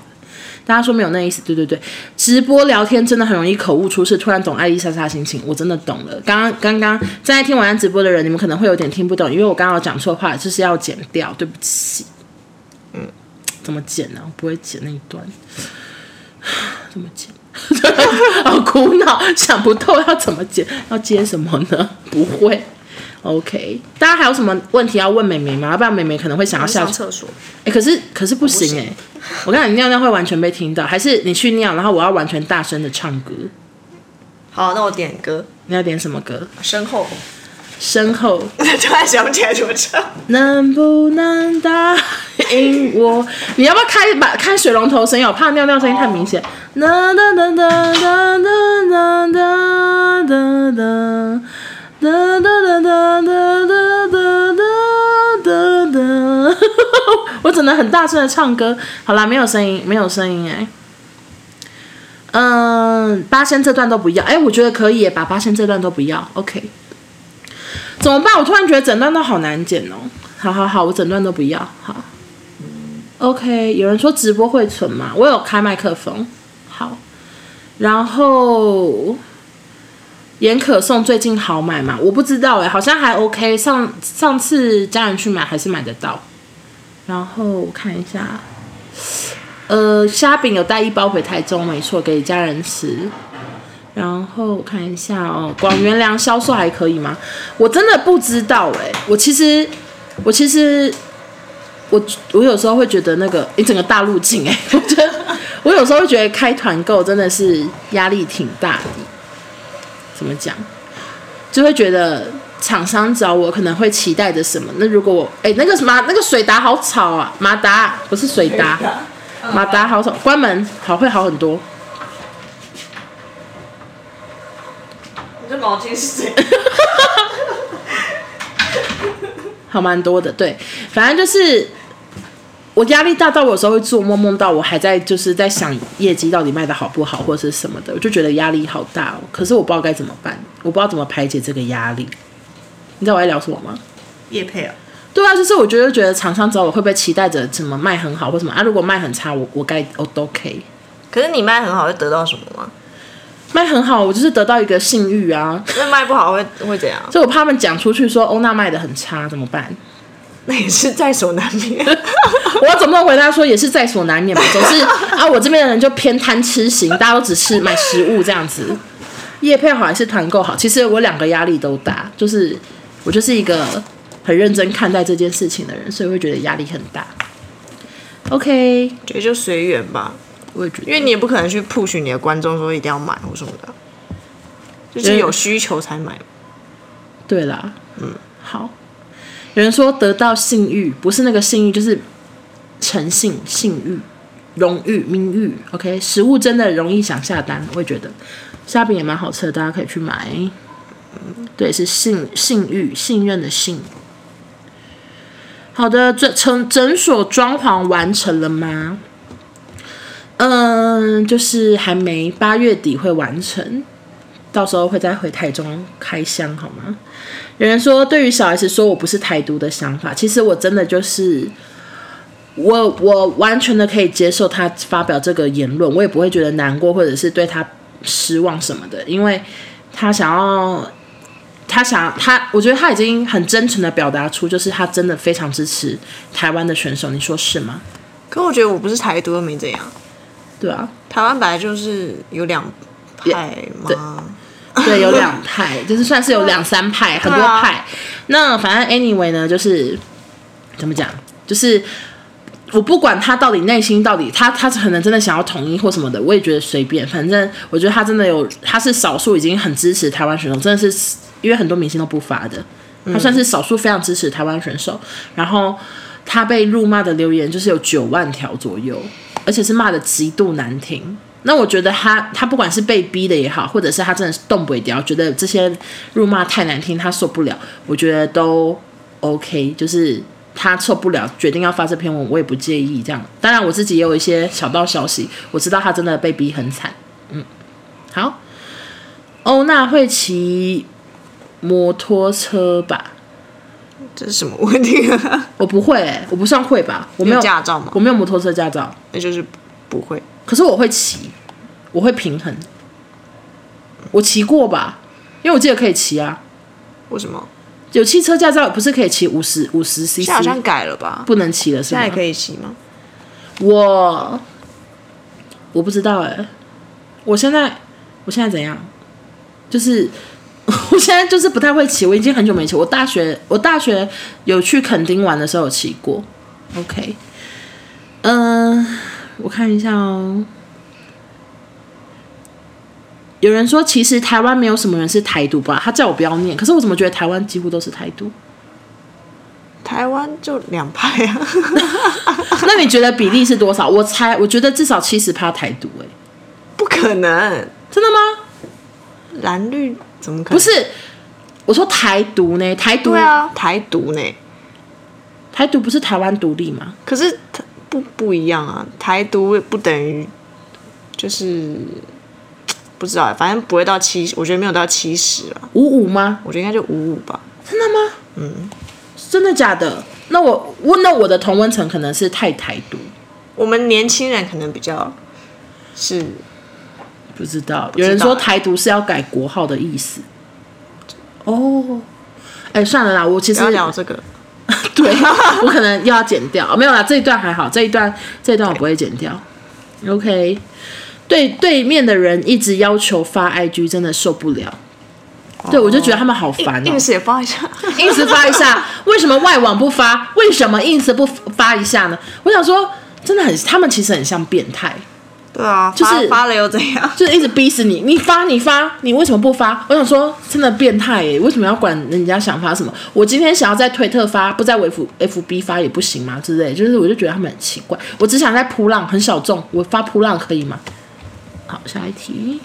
[SPEAKER 1] 大家说没有那意思，对对对，直播聊天真的很容易口误出事。突然懂艾丽莎莎心情，我真的懂了。刚刚刚刚正在听晚安直播的人，你们可能会有点听不懂，因为我刚刚有讲错话，就是要剪掉，对不起。嗯，怎么剪呢、我不会剪那 一段，怎么剪？好苦恼，想不透要怎么剪，要接什么呢？不会。OK，大家还有什么问题要问美美吗？要不然美美可能会想要下
[SPEAKER 2] 上厕所，
[SPEAKER 1] 哎、可是可是不行哎、我跟你讲你尿尿会完全被听到，还是你去尿，然后我要完全大声的唱歌。
[SPEAKER 2] 好，那我点歌，
[SPEAKER 1] 你要点什么歌？
[SPEAKER 2] 身后。
[SPEAKER 1] 身后
[SPEAKER 2] 突然想不起来怎么唱。
[SPEAKER 1] 能不能答应我？你要不要开把开水龙头声音？我怕尿尿声音太明显。 哒哒哒哒哒哒哒哒哒哒。哒哒哒哒哒哒哒哒哒哒，我只能很大声的唱歌。好啦，没有声音，没有声音哎、嗯，八仙这段都不要，哎、我觉得可以耶把八仙这段都不要，OK。怎么办？我突然觉得整段都好难剪哦。好好好，我整段都不要。好，OK。有人说直播会存吗？我有开麦克风。好，然后盐可颂最近好买吗？我不知道哎、好像还 OK 上。上次家人去买还是买得到。然后我看一下，呃，虾饼有带一包回台中，没错，给家人吃。然后我看一下哦，广元粮销售还可以吗？我真的不知道哎、我其实我其实我我有时候会觉得那 个一整个大路径哎、我觉得我有时候会觉得开团购真的是压力挺大的，怎么讲？就会觉得厂商找我可能会期待着什么？那如果我哎、那个马那个水达好吵啊，马达不是水达，马达好吵，关门好会好很多。
[SPEAKER 2] 你这毛巾是谁？
[SPEAKER 1] 好蛮多的，对，反正就是我压力大到我有时候会做梦，梦到我还在就是在想业绩到底卖的好不好或者是什么的，我就觉得压力好大哦。可是我不知道该怎么办，我不知道怎么排解这个压力。你知道我在聊什么吗？
[SPEAKER 2] 叶佩啊，
[SPEAKER 1] 对啊，就是我觉得觉得厂商找我会不会期待着怎么卖很好或什么啊？如果卖很差，我我该我都 OK。
[SPEAKER 2] 可是你卖很好会得到什么吗？
[SPEAKER 1] 卖很好，我就是得到一个信誉啊，
[SPEAKER 2] 那卖不好会会怎样？
[SPEAKER 1] 所以我怕他们讲出去说欧娜卖的很差怎么办？
[SPEAKER 2] 那也是在所难免。
[SPEAKER 1] 我要怎么回答说也是在所难免嘛， 总是啊，我这边的人就偏贪吃型，大家都只吃买食物这样子。业配好还是团购好？其实我两个压力都大，就是我就是一个很认真看待这件事情的人，所以会觉得压力很大。OK，
[SPEAKER 2] 觉得就随缘吧，
[SPEAKER 1] 我也觉得，
[SPEAKER 2] 因为你也不可能去 push 你的观众说一定要买或什么的，就是有需求才买。
[SPEAKER 1] 对啦，嗯，好。有人说得到信誉，不是那个信誉，就是诚信、信誉、荣誉、名誉。OK，食物真的容易想下单，我也觉得虾饼也蛮好吃的，大家可以去买。对，是信信誉、信任的信。好的，诊诊诊所装潢完成了吗？嗯，就是还没，八月底会完成，到时候会再回台中开箱，好吗？有人说，对于小 S 说我不是台独的想法，其实我真的就是，我我完全的可以接受他发表这个言论，我也不会觉得难过或者是对他失望什么的，因为他想要，他想他，我觉得他已经很真诚的表达出，就是他真的非常支持台湾的选手，你说是吗？
[SPEAKER 2] 可我觉得我不是台独又没怎样，
[SPEAKER 1] 对啊，
[SPEAKER 2] 台湾本来就是有两派嘛。
[SPEAKER 1] 对，有两派，就是算是有两三派，很多派。那反正 anyway 呢，就是怎么讲，就是我不管他到底内心到底他他可能真的想要统一或什么的，我也觉得随便。反正我觉得他真的有，他是少数已经很支持台湾选手，真的是因为很多明星都不发的，他算是少数非常支持台湾选手。然后他被辱骂的留言就是有九万条左右，而且是骂的极度难听。那我觉得他他不管是被逼的也好，或者是他真的是动不掉，觉得这些辱骂太难听，他受不了，我觉得都 OK，就是他受不了，决定要发这篇文，我也不介意这样。当然我自己也有一些小道消息，我知道他真的被逼很惨。嗯，好，欧娜会骑摩托车吧？
[SPEAKER 2] 这是什么问题 啊？
[SPEAKER 1] 我不会、欸，我不算会吧？我没有
[SPEAKER 2] 你有驾照吗
[SPEAKER 1] 我没有摩托车驾照，
[SPEAKER 2] 那就是不会。
[SPEAKER 1] 可是我会骑，我会平衡。我骑过吧，因为我记得可以骑啊。
[SPEAKER 2] 为什么？
[SPEAKER 1] 有汽车驾照不是可以骑五十五十 CC，
[SPEAKER 2] 现在好像改了吧？
[SPEAKER 1] 不能骑了是
[SPEAKER 2] 现
[SPEAKER 1] 吗
[SPEAKER 2] 在？可以骑吗？
[SPEAKER 1] 我我不知道哎、我现在我现在怎样？就是 我现在就是不太会骑，我已经很久没骑。我大学我大学有去垦丁玩的时候有骑过。OK，嗯、我看一下哦。有人说，其实台湾没有什么人是台独吧？他叫我不要念，可是我怎么觉得台湾几乎都是台独？
[SPEAKER 2] 台湾就两派啊。
[SPEAKER 1] 那你觉得比例是多少？我猜，我觉得至少七十趴台独、哎，
[SPEAKER 2] 不可能，
[SPEAKER 1] 真的吗？
[SPEAKER 2] 蓝绿怎么可能？
[SPEAKER 1] 不，是，我说台独呢？台独
[SPEAKER 2] 对，啊，台独呢？
[SPEAKER 1] 台独不是台湾独立吗？
[SPEAKER 2] 可是它不不一样啊，台独不等于就是不知道，啊反正不会到七，我觉得没有到七十了，啊
[SPEAKER 1] 五五吗？
[SPEAKER 2] 我觉得应该就五五吧。
[SPEAKER 1] 真的吗？嗯，真的假的？那我我那我的同温层可能是太台独，
[SPEAKER 2] 我们年轻人可能比较是
[SPEAKER 1] 不知道。
[SPEAKER 2] 知道
[SPEAKER 1] 有人说
[SPEAKER 2] 欸
[SPEAKER 1] 台独是要改国号的意思。哦，哎、算了啦，我其
[SPEAKER 2] 不
[SPEAKER 1] 实
[SPEAKER 2] 要聊这个，
[SPEAKER 1] 对，我可能又要剪掉。哦没有啦，这一段还好，这一段这一段我不会剪掉。OK，对对面的人一直要求发 IG，真的受不了。对，我就觉得他们好烦哦、
[SPEAKER 2] 硬是也报一下，
[SPEAKER 1] ins 发一下，为什么外网不发？为什么 ins 不发一下呢？我想说，真的很，他们其实很像变态，
[SPEAKER 2] 对啊，
[SPEAKER 1] 就
[SPEAKER 2] 发
[SPEAKER 1] 是
[SPEAKER 2] 发了又怎 样？
[SPEAKER 1] 就是一直逼死你，你发你发，你为什么不发？我想说，真的变态耶，为什么要管人家想发什么？我今天想要在推特发，不在微服 FB 发也不行吗？之类，就是我就觉得他们很奇怪。我只想在扑浪，很小众，我发扑浪可以吗？好，下一题。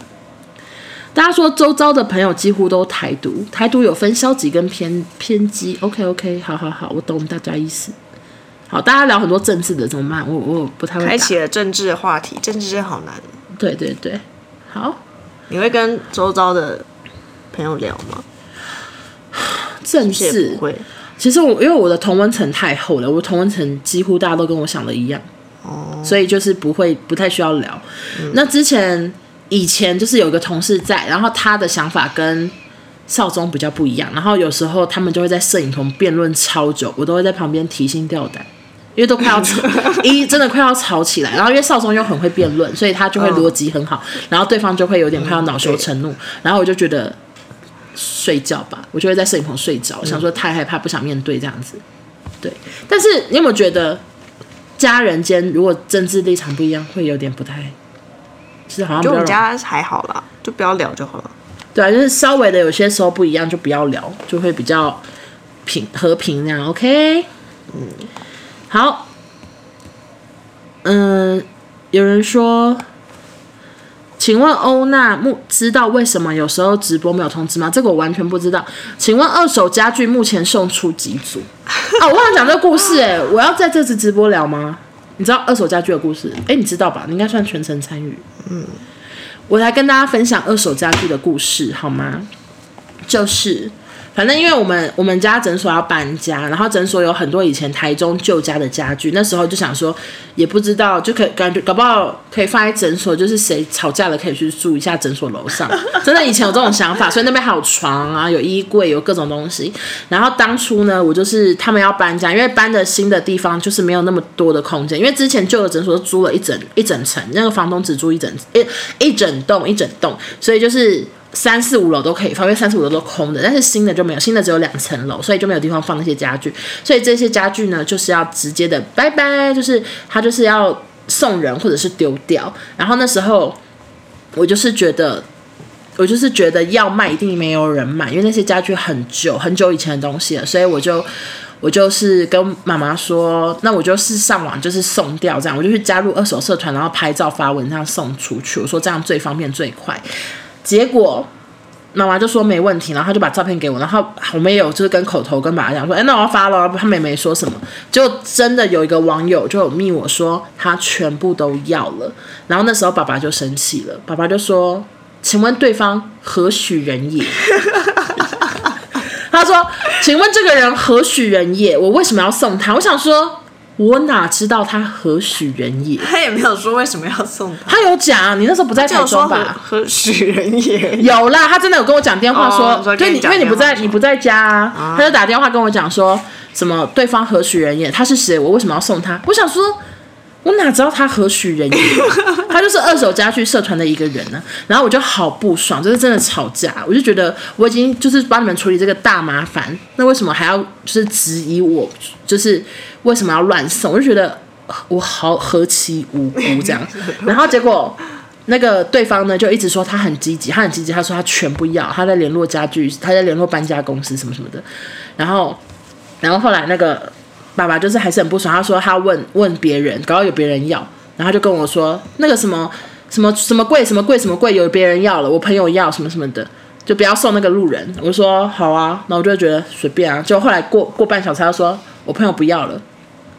[SPEAKER 1] 大家说周遭的朋友几乎都台独，台独有分消极跟偏偏激。OK OK，好好好，我懂大家意思。好，大家聊很多政治的怎么办？我我不太会打
[SPEAKER 2] 开启了政治的话题，政治真的好难。
[SPEAKER 1] 对对对，好，
[SPEAKER 2] 你会跟周遭的朋友聊吗？
[SPEAKER 1] 政
[SPEAKER 2] 其实也
[SPEAKER 1] 治
[SPEAKER 2] 不会。
[SPEAKER 1] 其实我因为我的同温层太厚了，我同温层几乎大家都跟我想的一样，
[SPEAKER 2] 哦，
[SPEAKER 1] 所以就是不会不太需要聊。那之前以前就是有一个同事在，然后他的想法跟少宗比较不一样，然后有时候他们就会在摄影棚辩论超久，我都会在旁边提心吊胆。因为都快要吵，一真的快要吵起来，然后因为少宗又很会辩论，所以他就会逻辑很好，然后对方就会有点快要恼羞成怒，然后我就觉得睡觉吧，我就会在摄影棚睡着，想说太害怕，不想面对这样子。对，但是你有没有觉得家人间如果政治立场不一样，会有点不太，就是好像比
[SPEAKER 2] 就
[SPEAKER 1] 较容
[SPEAKER 2] 我们
[SPEAKER 1] 易
[SPEAKER 2] 家还好啦，就不要聊就好了。
[SPEAKER 1] 对啊，就是稍微的有些时候不一样，就不要聊，就会比较平和平那样。OK，嗯，好，嗯，有人说，请问欧娜目知道为什么有时候直播没有通知吗？这个我完全不知道。请问二手家具目前送出几组？啊，我忘了讲这个故事哎、我要在这次直播聊吗？你知道二手家具的故事？哎、你知道吧？你应该算全程参与。我来跟大家分享二手家具的故事好吗？就是，反正因为我们我们家诊所要搬家，然后诊所有很多以前台中旧家的家具，那时候就想说，也不知道就可感觉搞不好可以放在诊所，就是谁吵架了可以去住一下诊所楼上。真的以前有这种想法，所以那边还有床啊，有衣柜，有各种东西。然后当初呢，我就是他们要搬家，因为搬的新的地方就是没有那么多的空间，因为之前旧的诊所都租了一整一整层，那个房东只租一整一一整栋一整栋，所以就是三四五楼都可以放，因为三四五楼都空的，但是新的就没有，新的只有两层楼，所以就没有地方放那些家具，所以这些家具呢就是要直接的拜拜，就是他就是要送人或者是丢掉。然后那时候我就是觉得我就是觉得要卖一定没有人买，因为那些家具很久很久以前的东西了，所以我就我就是跟妈妈说，那我就是上网就是送掉这样，我就去加入二手社团，然后拍照发文这样送出去，我说这样最方便最快。结果妈妈就说没问题，然后她就把照片给我，然后我们也有就是跟口头跟爸爸讲说，哎，那我要发了，他们也没说什么。就真的有一个网友就有密我说他全部都要了，然后那时候爸爸就生气了，爸爸就说，请问对方何许人也？ 他说：“请问这个人何许人也？我为什么要送他？”我想说，我哪知道他何许人也？
[SPEAKER 2] 他也没有说为什么要送他，
[SPEAKER 1] 他有讲，你那时候不在
[SPEAKER 2] 就
[SPEAKER 1] 台
[SPEAKER 2] 有说
[SPEAKER 1] 中
[SPEAKER 2] 和
[SPEAKER 1] 吧？
[SPEAKER 2] 和许人也。
[SPEAKER 1] 有啦，他真的有跟我讲电话说，
[SPEAKER 2] 哦说
[SPEAKER 1] 对
[SPEAKER 2] 跟
[SPEAKER 1] 你，
[SPEAKER 2] 你
[SPEAKER 1] 因
[SPEAKER 2] 讲
[SPEAKER 1] 为你不在，
[SPEAKER 2] 电话
[SPEAKER 1] 你不在家、啊，他就打电话跟我讲说，什么对方何许人也，他是谁，我为什么要送他？我想说，我哪知道他何许人也？ 他就是二手家具社团的一个人呢、然后我就好不爽，就是真的吵架，我就觉得我已经就是帮你们处理这个大麻烦，那为什么还要就是质疑我？就是为什么要乱送？我就觉得呃我好何其无辜这 样。然后结果那个对方呢就一直说他很积极，他很积极，他说他全部要，他在联络家具，他在联络搬家公司什么什么的。然后，然后后来那个爸爸就是还是很不爽，他说他问问别人，搞到有别人要，然后他就跟我说那个什么什么什么贵什么贵什么贵，有别人要了，我朋友要什么什么的。就不要送那个路人，我就说好啊，然后我就觉得随便啊。就后来过过半小时，他说我朋友不要了，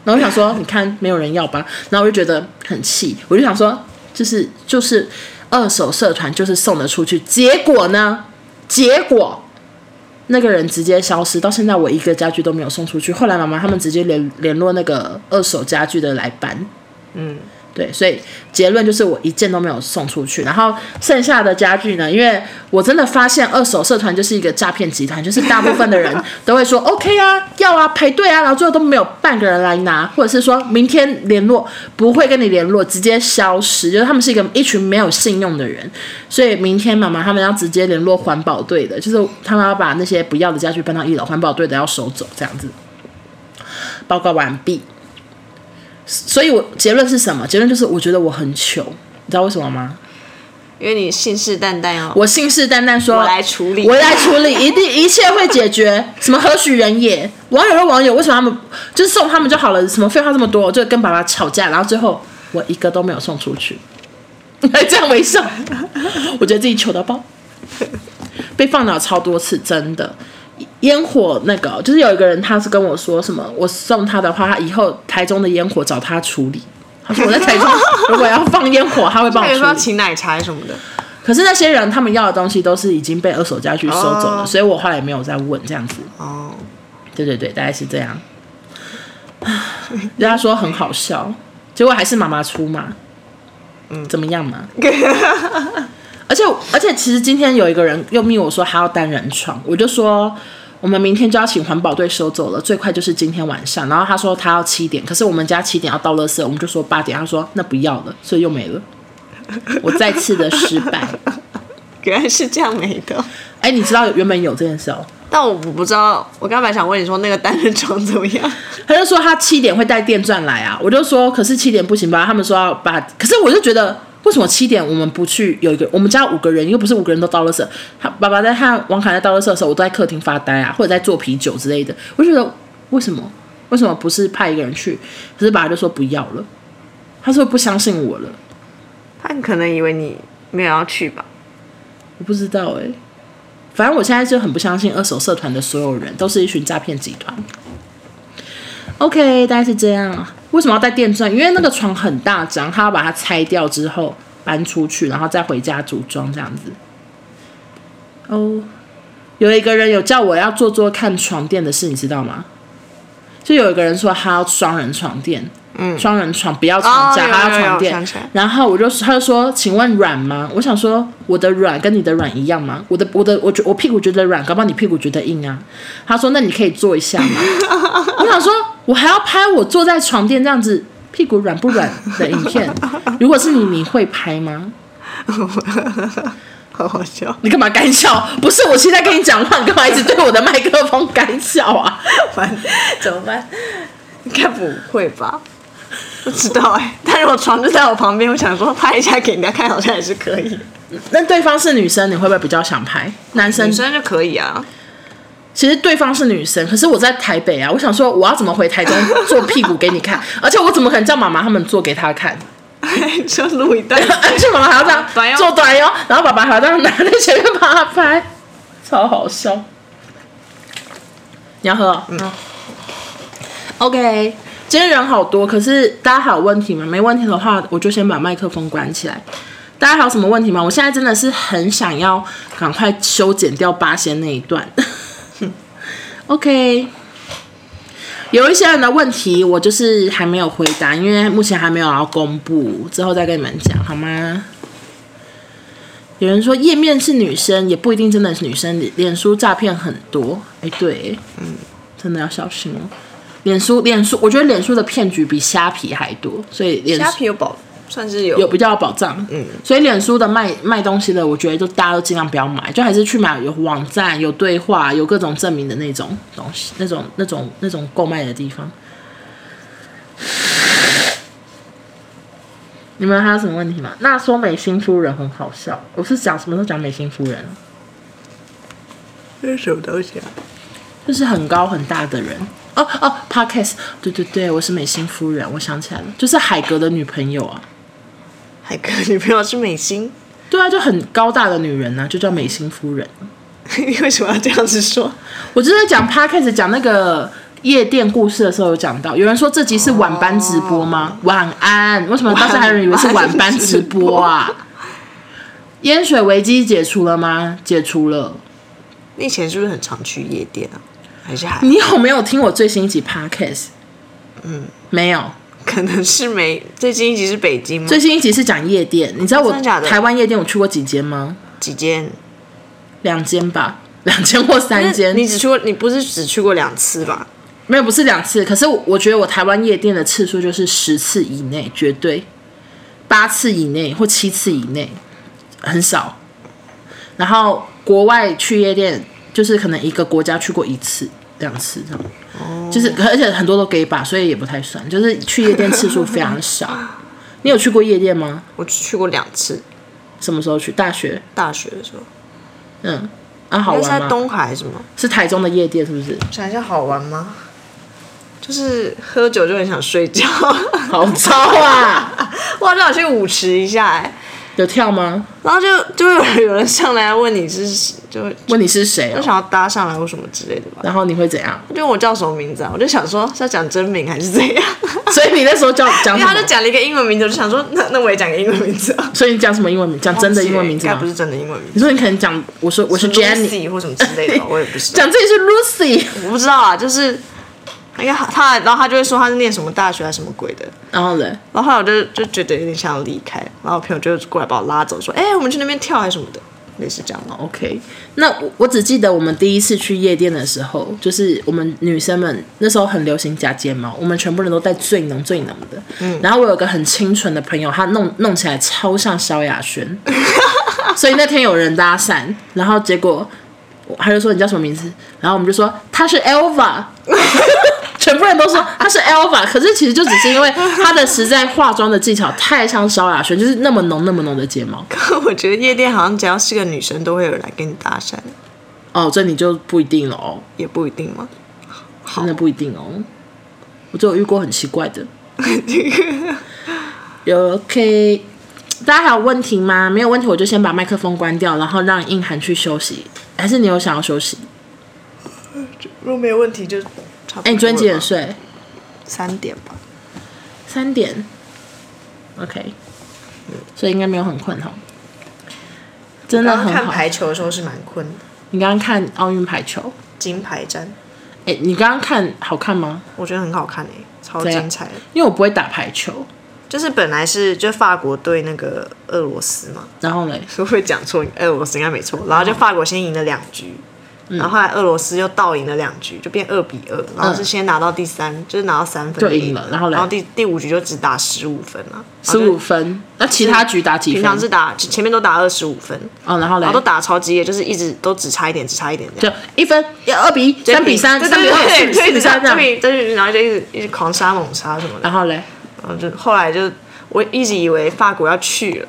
[SPEAKER 1] 然后我想说，你看没有人要吧？然后我就觉得很气，我就想说，就是就是二手社团就是送得出去，结果呢？结果那个人直接消失，到现在我一个家具都没有送出去。后来妈妈他们直接联联络那个二手家具的来搬，嗯，对，所以结论就是我一件都没有送出去。然后剩下的家具呢，因为我真的发现二手社团就是一个诈骗集团，就是大部分的人都会说 OK 啊，要啊，排队啊，然后最后都没有半个人来拿，或者是说明天联络不会跟你联络，直接消失，就是他们是一个一群没有信用的人。所以明天妈妈他们要直接联络环保队的，就是他们要把那些不要的家具搬到一楼，环保队的要收走，这样子。报告完毕。所以我结论是什么？结论就是我觉得我很糗，你知道为什么吗？
[SPEAKER 2] 因为你信誓旦旦哦，
[SPEAKER 1] 我信誓旦旦说
[SPEAKER 2] 我来处理
[SPEAKER 1] 我来处理，一定一切会解决。什么何许人也？网友的网友，为什么他们就是送他们就好了？什么废话这么多？就跟爸爸吵架，然后最后我一个都没有送出去， 这样为上，我觉得自己糗到爆，被放倒超多次，真的。烟火那个就是有一个人，他是跟我说什么，我送他的话，他以后台中的烟火找他处理。他说我在台中如果要放烟火，他会帮我处
[SPEAKER 2] 那你
[SPEAKER 1] 理。
[SPEAKER 2] 说要请奶茶什么的，
[SPEAKER 1] 可是那些人他们要的东西都是已经被二手家具收走了，
[SPEAKER 2] 哦
[SPEAKER 1] 所以我后来没有再问这样子。
[SPEAKER 2] 哦，
[SPEAKER 1] 对对对，大概是这样。唉人家说很好笑，结果还是妈妈出嘛。嗯，怎么样嘛？而且而且，其实今天有一个人又密我说他要单人床，我就说我们明天就要请环保队收走了，最快就是今天晚上。然后他说他要七点，可是我们家七点要到垃圾，我们就说八点，他说那不要了，所以又没了。我再次的失败。
[SPEAKER 2] 原来是这样没的。
[SPEAKER 1] 哎、你知道原本有这件事哦、
[SPEAKER 2] 但我不知道，我刚本来想问你说那个单人床怎么样？
[SPEAKER 1] 他就说他七点会带电钻来啊，我就说可是七点不行吧，他们说要把，可是我就觉得为什么七点我们不去？有一个我们家五个人，又不是五个人都到了社，他爸爸在和王凯在到了社的时候，我都在客厅发呆啊，或者在做啤酒之类的，我就觉得为什么为什么不是派一个人去？可是爸爸就说不要了，他说不相信我了，
[SPEAKER 2] 他可能以为你没有要去吧？
[SPEAKER 1] 我不知道哎、反正我现在就很不相信二手社团的所有人都是一群诈骗集团。OK，大概是这样。啊为什么要带电钻？因为那个床很大张，他要把它拆掉之后搬出去，然后再回家组装这样子。哦，有一个人有叫我要做做看床垫的事，你知道吗？就有一个人说他要双人床垫，嗯，双人床不要床架，
[SPEAKER 2] 哦有
[SPEAKER 1] 他
[SPEAKER 2] 有
[SPEAKER 1] 要
[SPEAKER 2] 有
[SPEAKER 1] 床
[SPEAKER 2] 想
[SPEAKER 1] 垫
[SPEAKER 2] 起来。
[SPEAKER 1] 然后我就他就说，请问软吗？我想说我的软跟你的软一样吗？我的我的我觉我屁股觉得软，搞不好你屁股觉得硬啊。他说那你可以坐一下 吗？我想说，我还要拍我坐在床垫这样子屁股软不软的影片。如果是你，你会拍吗？
[SPEAKER 2] 好好笑，
[SPEAKER 1] 你干嘛干笑？不是我现在跟你讲话，你干嘛一直对我的麦克风干笑啊？
[SPEAKER 2] 反 怎么办？应该不会吧？不知道哎、但是我床就在我旁边，我想说拍一下给人家看，好像也是可以。
[SPEAKER 1] 那对方是女生，你会不会比较想拍？男生
[SPEAKER 2] 女嗯生就可以啊，
[SPEAKER 1] 其实对方是女生，可是我在台北啊，我想说我要怎么回台中做屁股给你 看？而且我怎么可能叫妈妈他们做给她 看？
[SPEAKER 2] 就录 一段。
[SPEAKER 1] 而且妈妈还要这
[SPEAKER 2] 短
[SPEAKER 1] 样
[SPEAKER 2] 腰
[SPEAKER 1] 做短腰，然后爸爸还要这样拿那前面帮她拍，超好笑。你要喝、哦？嗯。OK，今天人好多，可是大家还有问题吗？没问题的话，我就先把麦克风关起来。大家还有什么问题吗？我现在真的是很想要赶快修剪掉八仙那一段。OK，有一些人的问题我就是还没有回答，因为目前还没有要公布，之后再跟你们讲好吗？有人说页面是女生，也不一定真的是女生。脸书诈骗很多，哎、对，嗯，真的要小心哦。脸书，脸书，我觉得脸书的骗局比虾皮还多，所以脸书
[SPEAKER 2] 虾皮有保，算是有
[SPEAKER 1] 有比较有保障。嗯，所以脸书的卖卖东西的，我觉得就大家都尽量不要买，就还是去买有网站、有对话、有各种证明的那种东西，那种那种那种购买的地方。你们还有什么问题吗？那说美心夫人很好笑，我是讲什么时候讲美心夫人啊？
[SPEAKER 2] 这是什么东西啊？
[SPEAKER 1] 就是很高很大的人。哦哦，Podcast，对对对，我是美心夫人，我想起来了，就是海格的女朋友啊。
[SPEAKER 2] 海哥女朋友是美心，
[SPEAKER 1] 对啊，就很高大的女人呢、啊，就叫美心夫人。
[SPEAKER 2] 你为什么要这样子说？
[SPEAKER 1] 我就是在讲 podcast 讲那个夜店故事的时候有讲到，有人说这集是晚班直播
[SPEAKER 2] 哦
[SPEAKER 1] 吗？晚安，为什么当时还有人以为是晚班直播啊？淹水危机解除了吗？解除了。
[SPEAKER 2] 你以前是不是很常去夜店啊？还是还
[SPEAKER 1] 你有没有听我最新一集 podcast？嗯，没有。
[SPEAKER 2] 可能是没最近一集是北京吗？
[SPEAKER 1] 最新一集是讲夜店，你知道我
[SPEAKER 2] 真的假的
[SPEAKER 1] 台湾夜店我去过几间吗？
[SPEAKER 2] 几间？
[SPEAKER 1] 两间吧，两间或三间。
[SPEAKER 2] 你只去过，你不是只去过两次吧？
[SPEAKER 1] 没有，不是两次。可是我觉得我台湾夜店的次数就是十次以内，绝对八次以内或七次以内，很少。然后国外去夜店，就是可能一个国家去过一次、两次这样。就是而且很多都 gay 吧，所以也不太算。就是去夜店次数非常少。你有去过夜店吗？
[SPEAKER 2] 我只去过两次，
[SPEAKER 1] 什么时候去？大学？
[SPEAKER 2] 大学的时候，
[SPEAKER 1] 嗯，啊，好
[SPEAKER 2] 应该是在
[SPEAKER 1] 玩吗？
[SPEAKER 2] 东海是吗？
[SPEAKER 1] 是台中的夜店是不是？
[SPEAKER 2] 想一下好玩吗？就是喝酒就很想睡 觉，
[SPEAKER 1] 好糟啊！
[SPEAKER 2] 我好想去舞池一下哎、
[SPEAKER 1] 有跳吗？
[SPEAKER 2] 然后就就有有人上来问你是就
[SPEAKER 1] 问你是谁、
[SPEAKER 2] 就
[SPEAKER 1] 哦？
[SPEAKER 2] 想要搭上来或什么之类的吧，
[SPEAKER 1] 然后你会怎样？
[SPEAKER 2] 就问我叫什么名字啊？我就想说是要讲真名还是怎样？
[SPEAKER 1] 所以你那时候叫讲
[SPEAKER 2] 因
[SPEAKER 1] 什
[SPEAKER 2] 为他就
[SPEAKER 1] 么？
[SPEAKER 2] 讲了一个英文名字，我就想说 那那我也讲个英文名字啊，
[SPEAKER 1] 所以你讲什么英文名？讲真的英文名字
[SPEAKER 2] 应该
[SPEAKER 1] 吗
[SPEAKER 2] 不？是真的英文名字，
[SPEAKER 1] 你说你可能讲，我说我是 Jenny，
[SPEAKER 2] Lucy 或什么之类的 吧，我也不知道，
[SPEAKER 1] 讲自己是 Lucy，
[SPEAKER 2] 我不知道啊，就是。应该他，然后他就会说他是念什么大学还是什么鬼的，
[SPEAKER 1] 然后呢？
[SPEAKER 2] 然后后来我就就觉得有点想要离开，然后我朋友就过来把我拉走，说：“哎、我们去那边跳还是什么的，类似这样哦。
[SPEAKER 1] OK，那我我只记得我们第一次去夜店的时候，就是我们女生们那时候很流行夹睫毛，我们全部人都戴最浓最浓的。嗯，然后我有个很清纯的朋友，她弄弄起来超像萧亚轩，所以那天有人搭讪，然后结果我他就说你叫什么名字，然后我们就说她是 Elva。全部人都说她是 Elva，可是其实就只是因为她的实在化妆的技巧太像萧亚轩，就是那么浓那么浓的睫毛。
[SPEAKER 2] 可我觉得夜店好像只要是个女生，都会有人来跟你搭讪，
[SPEAKER 1] 哦，这你就不一定了哦。
[SPEAKER 2] 也不一定嘛。
[SPEAKER 1] 真的不一定哦。我就有遇过很奇怪的。有 OK，大家还有问题吗？没有问题，我就先把麦克风关掉，然后让硬涵去休息。还是你有想要休息？
[SPEAKER 2] 如果没有问题就差不多。
[SPEAKER 1] 哎、你昨天几点？睡？
[SPEAKER 2] 三点吧。
[SPEAKER 1] 三点。OK，所以应该没有很困哈。真的
[SPEAKER 2] 刚刚
[SPEAKER 1] 很
[SPEAKER 2] 看
[SPEAKER 1] 好。
[SPEAKER 2] 排球的时候是蛮困的，
[SPEAKER 1] 你刚刚看奥运排球，
[SPEAKER 2] 金牌战，
[SPEAKER 1] 哎、你刚刚看好看吗？
[SPEAKER 2] 我觉得很好看诶、超
[SPEAKER 1] 怎样
[SPEAKER 2] 精彩的。
[SPEAKER 1] 因为我不会打排球，
[SPEAKER 2] 就是本来是就法国对那个俄罗斯嘛，
[SPEAKER 1] 然后嘞，
[SPEAKER 2] 会不会讲错？哎俄罗斯应该没错。然后就法国先赢了两局，
[SPEAKER 1] 嗯
[SPEAKER 2] 然后后来俄罗斯又倒赢了两局，就变二比二。然后是先拿到第三，就是拿到三分
[SPEAKER 1] 就赢了然后嘞
[SPEAKER 2] 然后第第五局就只打十五分啊，然
[SPEAKER 1] 十
[SPEAKER 2] 后就
[SPEAKER 1] 五分。那其他局打几
[SPEAKER 2] 平
[SPEAKER 1] 分？
[SPEAKER 2] 常是打前面都打二十五分，
[SPEAKER 1] 哦，然后嘞，
[SPEAKER 2] 然后都打超级野，就是一直都只差一点，只差一点这样。
[SPEAKER 1] 就一分、二比一、三比三、
[SPEAKER 2] 对
[SPEAKER 1] 三比
[SPEAKER 2] 对
[SPEAKER 1] 二、
[SPEAKER 2] 对
[SPEAKER 1] 四
[SPEAKER 2] 对，
[SPEAKER 1] 比
[SPEAKER 2] 就
[SPEAKER 1] 四
[SPEAKER 2] 一
[SPEAKER 1] 比
[SPEAKER 2] 直
[SPEAKER 1] 三这
[SPEAKER 2] 就
[SPEAKER 1] 样。
[SPEAKER 2] 一直然后就一直一直狂杀猛杀什么的
[SPEAKER 1] 然，后嘞，
[SPEAKER 2] 然后就后来就我一直以为法国要去了，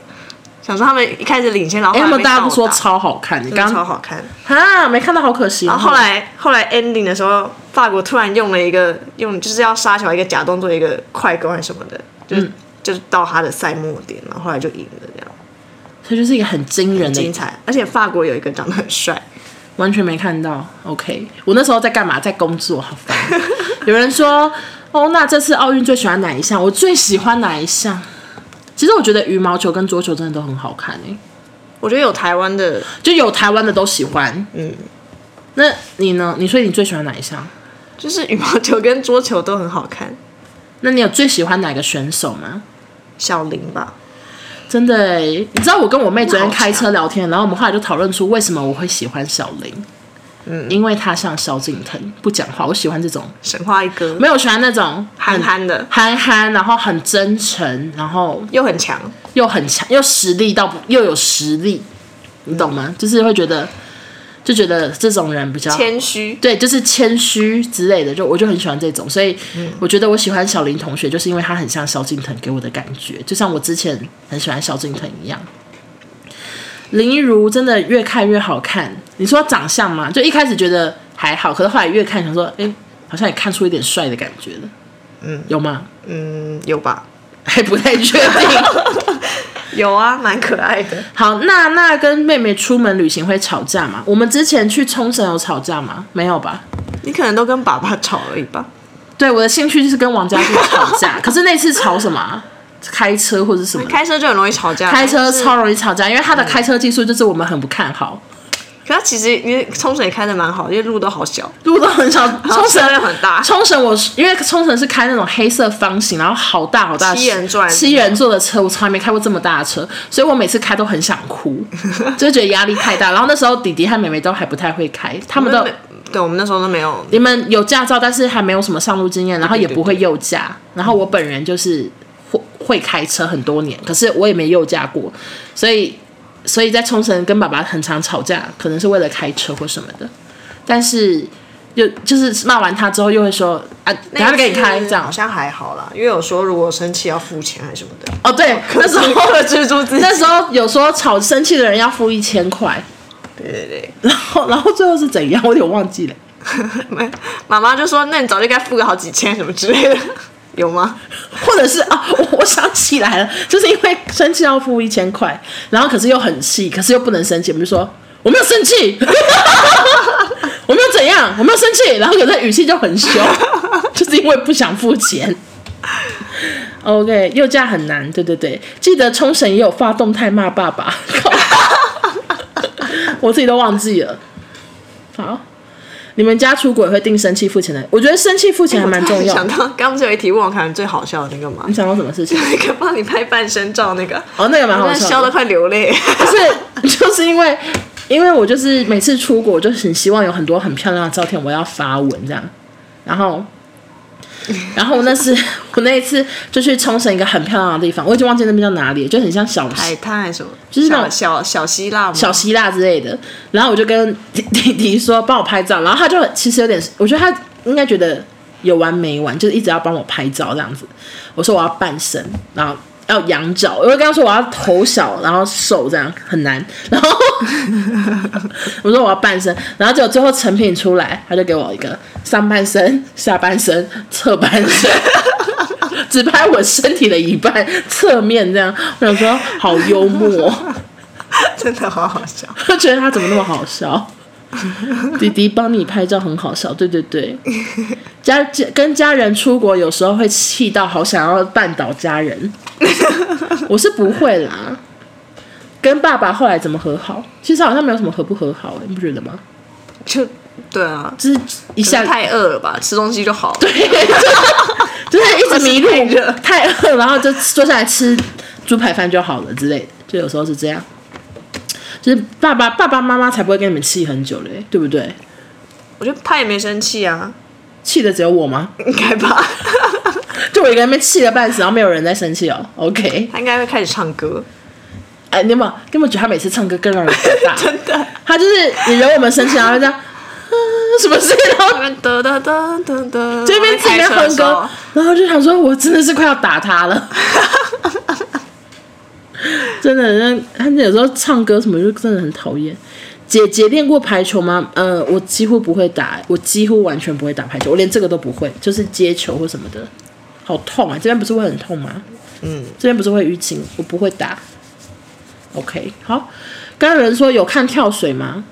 [SPEAKER 2] 想说他们一开始领先，然后
[SPEAKER 1] 哎，
[SPEAKER 2] 后
[SPEAKER 1] 他们
[SPEAKER 2] 来哦没
[SPEAKER 1] 大家
[SPEAKER 2] 到
[SPEAKER 1] 都说
[SPEAKER 2] 达
[SPEAKER 1] 超好看，你
[SPEAKER 2] 真的
[SPEAKER 1] 刚
[SPEAKER 2] 超好看。
[SPEAKER 1] 啊没看到，好可惜。
[SPEAKER 2] 然后后来后来 ending 的时候，法国突然用了一个用就是要杀球一个假动作，一个快攻还是什么的，就是、就是到他的赛末点，然后后来就赢了这样，
[SPEAKER 1] 所以就是一个很惊人
[SPEAKER 2] 很精
[SPEAKER 1] 的，
[SPEAKER 2] 彩。而且法国有一个长得很帅，
[SPEAKER 1] 完全没看到。OK，我那时候在干嘛？在工作，好 烦。有人说，哦，那这次奥运最喜欢哪一项？我最喜欢哪一项？其实我觉得羽毛球跟桌球真的都很好看诶、
[SPEAKER 2] 我觉得有台湾的
[SPEAKER 1] 就有台湾的都喜欢。嗯，那你呢？你所以你最喜欢哪一项？
[SPEAKER 2] 就是羽毛球跟桌球都很好看，
[SPEAKER 1] 那你有最喜欢哪个选手吗？
[SPEAKER 2] 小林吧，
[SPEAKER 1] 真的欸，你知道我跟我妹昨天开车聊天，然后我们后来就讨论出为什么我会喜欢小林，嗯，因为她像萧敬腾，不讲话，我喜欢这种，
[SPEAKER 2] 神话一哥，
[SPEAKER 1] 没有我喜欢那种
[SPEAKER 2] 憨憨的
[SPEAKER 1] 憨憨，然后很真诚，然后
[SPEAKER 2] 又很强，
[SPEAKER 1] 又很强，又实力到不又有实力，你懂吗？就是会觉得，就觉得这种人比较
[SPEAKER 2] 谦虚。
[SPEAKER 1] 对，就是谦虚之类的，就我就很喜欢这种，所以我觉得我喜欢小林同学，就是因为他很像萧敬腾给我的感觉，就像我之前很喜欢萧敬腾一样。林一如真的越看越好看，你说长相嘛，就一开始觉得还好，可是后来越看想说，哎，好像也看出一点帅的感觉了，嗯，有吗？
[SPEAKER 2] 嗯，有吧？
[SPEAKER 1] 还不太确定。
[SPEAKER 2] 有啊，蛮可爱的。
[SPEAKER 1] 好，娜娜跟妹妹出门旅行会吵架吗？我们之前去冲绳有吵架吗？没有吧？
[SPEAKER 2] 你可能都跟爸爸吵而已吧？
[SPEAKER 1] 对，我的兴趣就是跟王家俊吵架， 可是那次吵什么啊？开车或者什么的？
[SPEAKER 2] 开车就很容易吵架，
[SPEAKER 1] 嗯开车
[SPEAKER 2] 就是
[SPEAKER 1] 超容易吵架，因为他的开车技术就是我们很不看好。
[SPEAKER 2] 可它其实因为冲绳也开的蛮好，因为路都好小，
[SPEAKER 1] 路都很小，
[SPEAKER 2] 然后
[SPEAKER 1] 冲绳
[SPEAKER 2] 车又很大，
[SPEAKER 1] 冲绳我是因为冲绳是开那种黑色方形，然后好大好大的
[SPEAKER 2] 七人座
[SPEAKER 1] 七人座的车，我从来没开过这么大的车，所以我每次开都很想哭，就是觉得压力太大。然后那时候弟弟和妹妹都还不太会开，他们都
[SPEAKER 2] 没对我们那时候都没有，
[SPEAKER 1] 你们有驾照，但是还没有什么上路经验，然后也不会右驾。然后我本人就是会会开车很多年，可是我也没右驾过，所以所以在冲绳跟爸爸很常吵架，可能是为了开车或什么的。但是又就是骂完他之后，又会说啊，等
[SPEAKER 2] 那
[SPEAKER 1] 下
[SPEAKER 2] 一次
[SPEAKER 1] 给你开这样
[SPEAKER 2] 好。像还好啦，因为有说如果生气要付钱还是什 么的，
[SPEAKER 1] 哦，对，那时候
[SPEAKER 2] 克制住自己，
[SPEAKER 1] 那时候有说吵生气的人要付一千块，
[SPEAKER 2] 对对对。
[SPEAKER 1] 然后然后最后是怎样，我有点忘记了。
[SPEAKER 2] 没 妈妈就说：“那你早就该付个好几千什么之类的， 有吗？
[SPEAKER 1] 或者是啊，我我想起来了，就是因为生气要付一千块，然后可是又很气，可是又不能生气，我们就说我没有生气，我没有怎样，我没有生气，然后可是语气就很凶，就是因为不想付钱。OK，右驾很难，对对对，记得冲绳也有发动态骂爸爸， 靠我自己都忘记了。好，你们家出轨会定生气付钱的，我觉得生气付钱还蛮重要
[SPEAKER 2] 想
[SPEAKER 1] 的。
[SPEAKER 2] 到刚不是有一题问我看最好笑的那个吗
[SPEAKER 1] 你？想到什么事情？
[SPEAKER 2] 那个帮你拍半身照那个，
[SPEAKER 1] 哦，那个蛮好
[SPEAKER 2] 我
[SPEAKER 1] 笑
[SPEAKER 2] 笑
[SPEAKER 1] 的
[SPEAKER 2] 的快流泪。
[SPEAKER 1] 不是，就是因为，因为我就是每次出国，我就很希望有很多很漂亮的照片，我要发文这样。然后，然后我那次， 我那一次就去冲绳一个很漂亮的地方，我已经忘记那边叫哪里了，就很像小
[SPEAKER 2] 海滩还是什么？
[SPEAKER 1] 就是那种
[SPEAKER 2] 小小小希腊吗？
[SPEAKER 1] 小希腊之类的。然后我就跟弟弟弟说帮我拍照，然后他就其实有点，我觉得他应该觉得有完没完，就是一直要帮我拍照这样子。我说我要半身，然后。要仰角，我就跟他说我要头小，然后瘦这样很难。然后 我说我要半身，然后结果最后成品出来，他就给我一个上半身、下半身、侧半身， 只拍我身体的一半侧面这样。我想说好幽默哦、
[SPEAKER 2] 真的好好笑。
[SPEAKER 1] 我 觉得他怎么那么好 笑？弟弟帮你拍照很好笑，对对对。家家跟家人出国，有时候会气到好想要绊倒家 人。我是不会啦。跟爸爸后来怎么和好？其实好像没有什么和不和好、欸你不觉得吗？
[SPEAKER 2] 就对啊，
[SPEAKER 1] 就是一
[SPEAKER 2] 可
[SPEAKER 1] 下
[SPEAKER 2] 能太饿了吧，吃东西就好了。
[SPEAKER 1] 对，就是一直迷路，
[SPEAKER 2] 太热
[SPEAKER 1] 太饿，然后就坐下来吃猪排饭就好了之类的，就有时候是这样。就是爸爸爸爸妈妈才不会跟你们气很久嘞，对不对？
[SPEAKER 2] 我觉得他也没生气啊，
[SPEAKER 1] 气的只有我吗？
[SPEAKER 2] 应该吧？
[SPEAKER 1] 就我一个人被气的半死，然后没有人在生气哦。OK，
[SPEAKER 2] 他应该会开始唱歌，
[SPEAKER 1] 哎，你有没有你有没有觉得他每次唱歌更让人火大？
[SPEAKER 2] 真的。
[SPEAKER 1] 他就是你惹我们生气，然后就这样，啊什么事？ 然
[SPEAKER 2] 那
[SPEAKER 1] 后
[SPEAKER 2] 边哒哒哒哒哒，
[SPEAKER 1] 这边自己在
[SPEAKER 2] 开车的
[SPEAKER 1] 哼
[SPEAKER 2] 时候
[SPEAKER 1] 歌，然后就想说，我真的是快要打他了。 真的，那他有时候唱歌什么就真的很讨厌。姐姐练过排球吗？呃，我几乎不会打，我几乎完全不会打排球，我连这个都不会，就是接球或什么的，好痛啊！这边不是会很痛吗？嗯，这边不是会淤青，我不会打。OK，好。刚刚有人说有看跳水吗？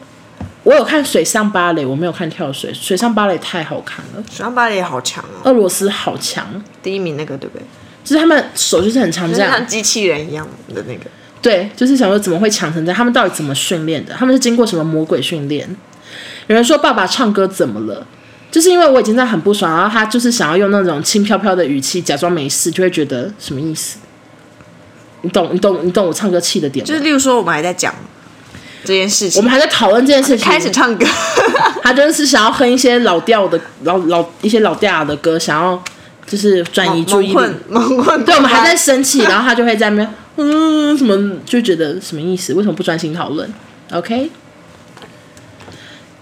[SPEAKER 1] 我有看水上芭蕾，我没有看跳水。水上芭蕾太好看了，
[SPEAKER 2] 水上芭蕾也好强哦，
[SPEAKER 1] 俄罗斯好强，
[SPEAKER 2] 第一名那个对不对？
[SPEAKER 1] 就是他们手就是很长
[SPEAKER 2] 就
[SPEAKER 1] 这
[SPEAKER 2] 是
[SPEAKER 1] 样
[SPEAKER 2] 像，机器人一样的那个，
[SPEAKER 1] 对，就是想说怎么会强成这样？他们到底怎么训练的？他们是经过什么魔鬼训练？有人说爸爸唱歌怎么了？就是因为我已经在很不爽，然后他就是想要用那种轻飘飘的语气假装没事，就会觉得什么意思？你懂你懂你懂我唱歌气的点
[SPEAKER 2] 就
[SPEAKER 1] 吗？
[SPEAKER 2] 是例如说我们还在讲这件事
[SPEAKER 1] 我
[SPEAKER 2] 情，
[SPEAKER 1] 们还在讨论这件事情，
[SPEAKER 2] 开始唱歌，
[SPEAKER 1] 他就是想要哼一些老调的老老一些老调的歌，想要就是转移注
[SPEAKER 2] 蒙
[SPEAKER 1] 意力。
[SPEAKER 2] 混蒙混，
[SPEAKER 1] 对，我们还在生气，然后他就会在那边嗯什么，就觉得什么意思？为什么不专心讨论？OK。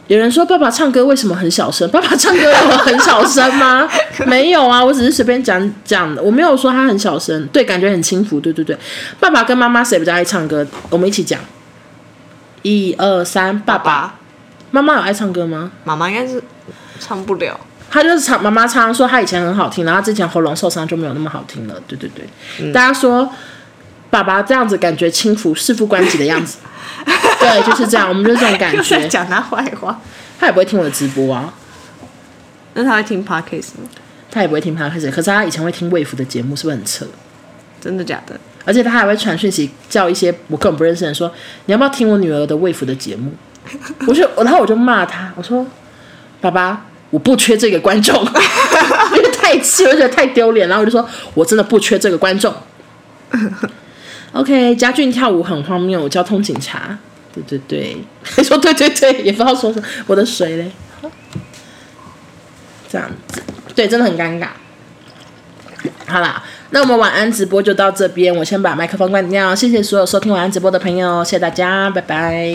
[SPEAKER 1] 有人说爸爸唱歌为什么很小声？爸爸唱歌有很小声吗？没有啊，我只是随便讲讲的，我没有说他很小声。对，感觉很轻浮。对对对，爸爸跟妈妈谁比较爱唱歌？我们一起讲。一二三，爸
[SPEAKER 2] 爸
[SPEAKER 1] 爸。
[SPEAKER 2] 爸
[SPEAKER 1] 妈妈有爱唱歌吗？
[SPEAKER 2] 妈妈应该是唱不了，
[SPEAKER 1] 他就是常妈妈常常说他以前很好听，然后之前喉咙受伤就没有那么好听了。对对对，大家说爸爸这样子感觉轻浮、事不关己的样子，对，就是这样，我们就是这种感
[SPEAKER 2] 又在
[SPEAKER 1] 觉。
[SPEAKER 2] 讲他坏话。
[SPEAKER 1] 他也不会听我的直播啊，
[SPEAKER 2] 那他会听 podcast 吗？
[SPEAKER 1] 他也不会听 p o d 可是他以前会听卫福的节目，是不是很扯？
[SPEAKER 2] 真的假的？
[SPEAKER 1] 而且他还会传讯息叫一些我根本不认识的人说，你要不要听我女儿的卫福的节目？ 我就然后我就骂他，我说：“爸爸，我不缺这个观众， 因为太气，我觉得太丢脸。”然后我就说：“我真的不缺这个观众。”OK，家俊跳舞很荒谬，交通警察。对对对，你说对对对，也不知道说什么。我的水嘞，这样子，对，真的很尴尬。好啦，那我们晚安直播就到这边，我先把麦克风关掉，谢谢所有收听晚安直播的朋友，谢谢大家，拜拜。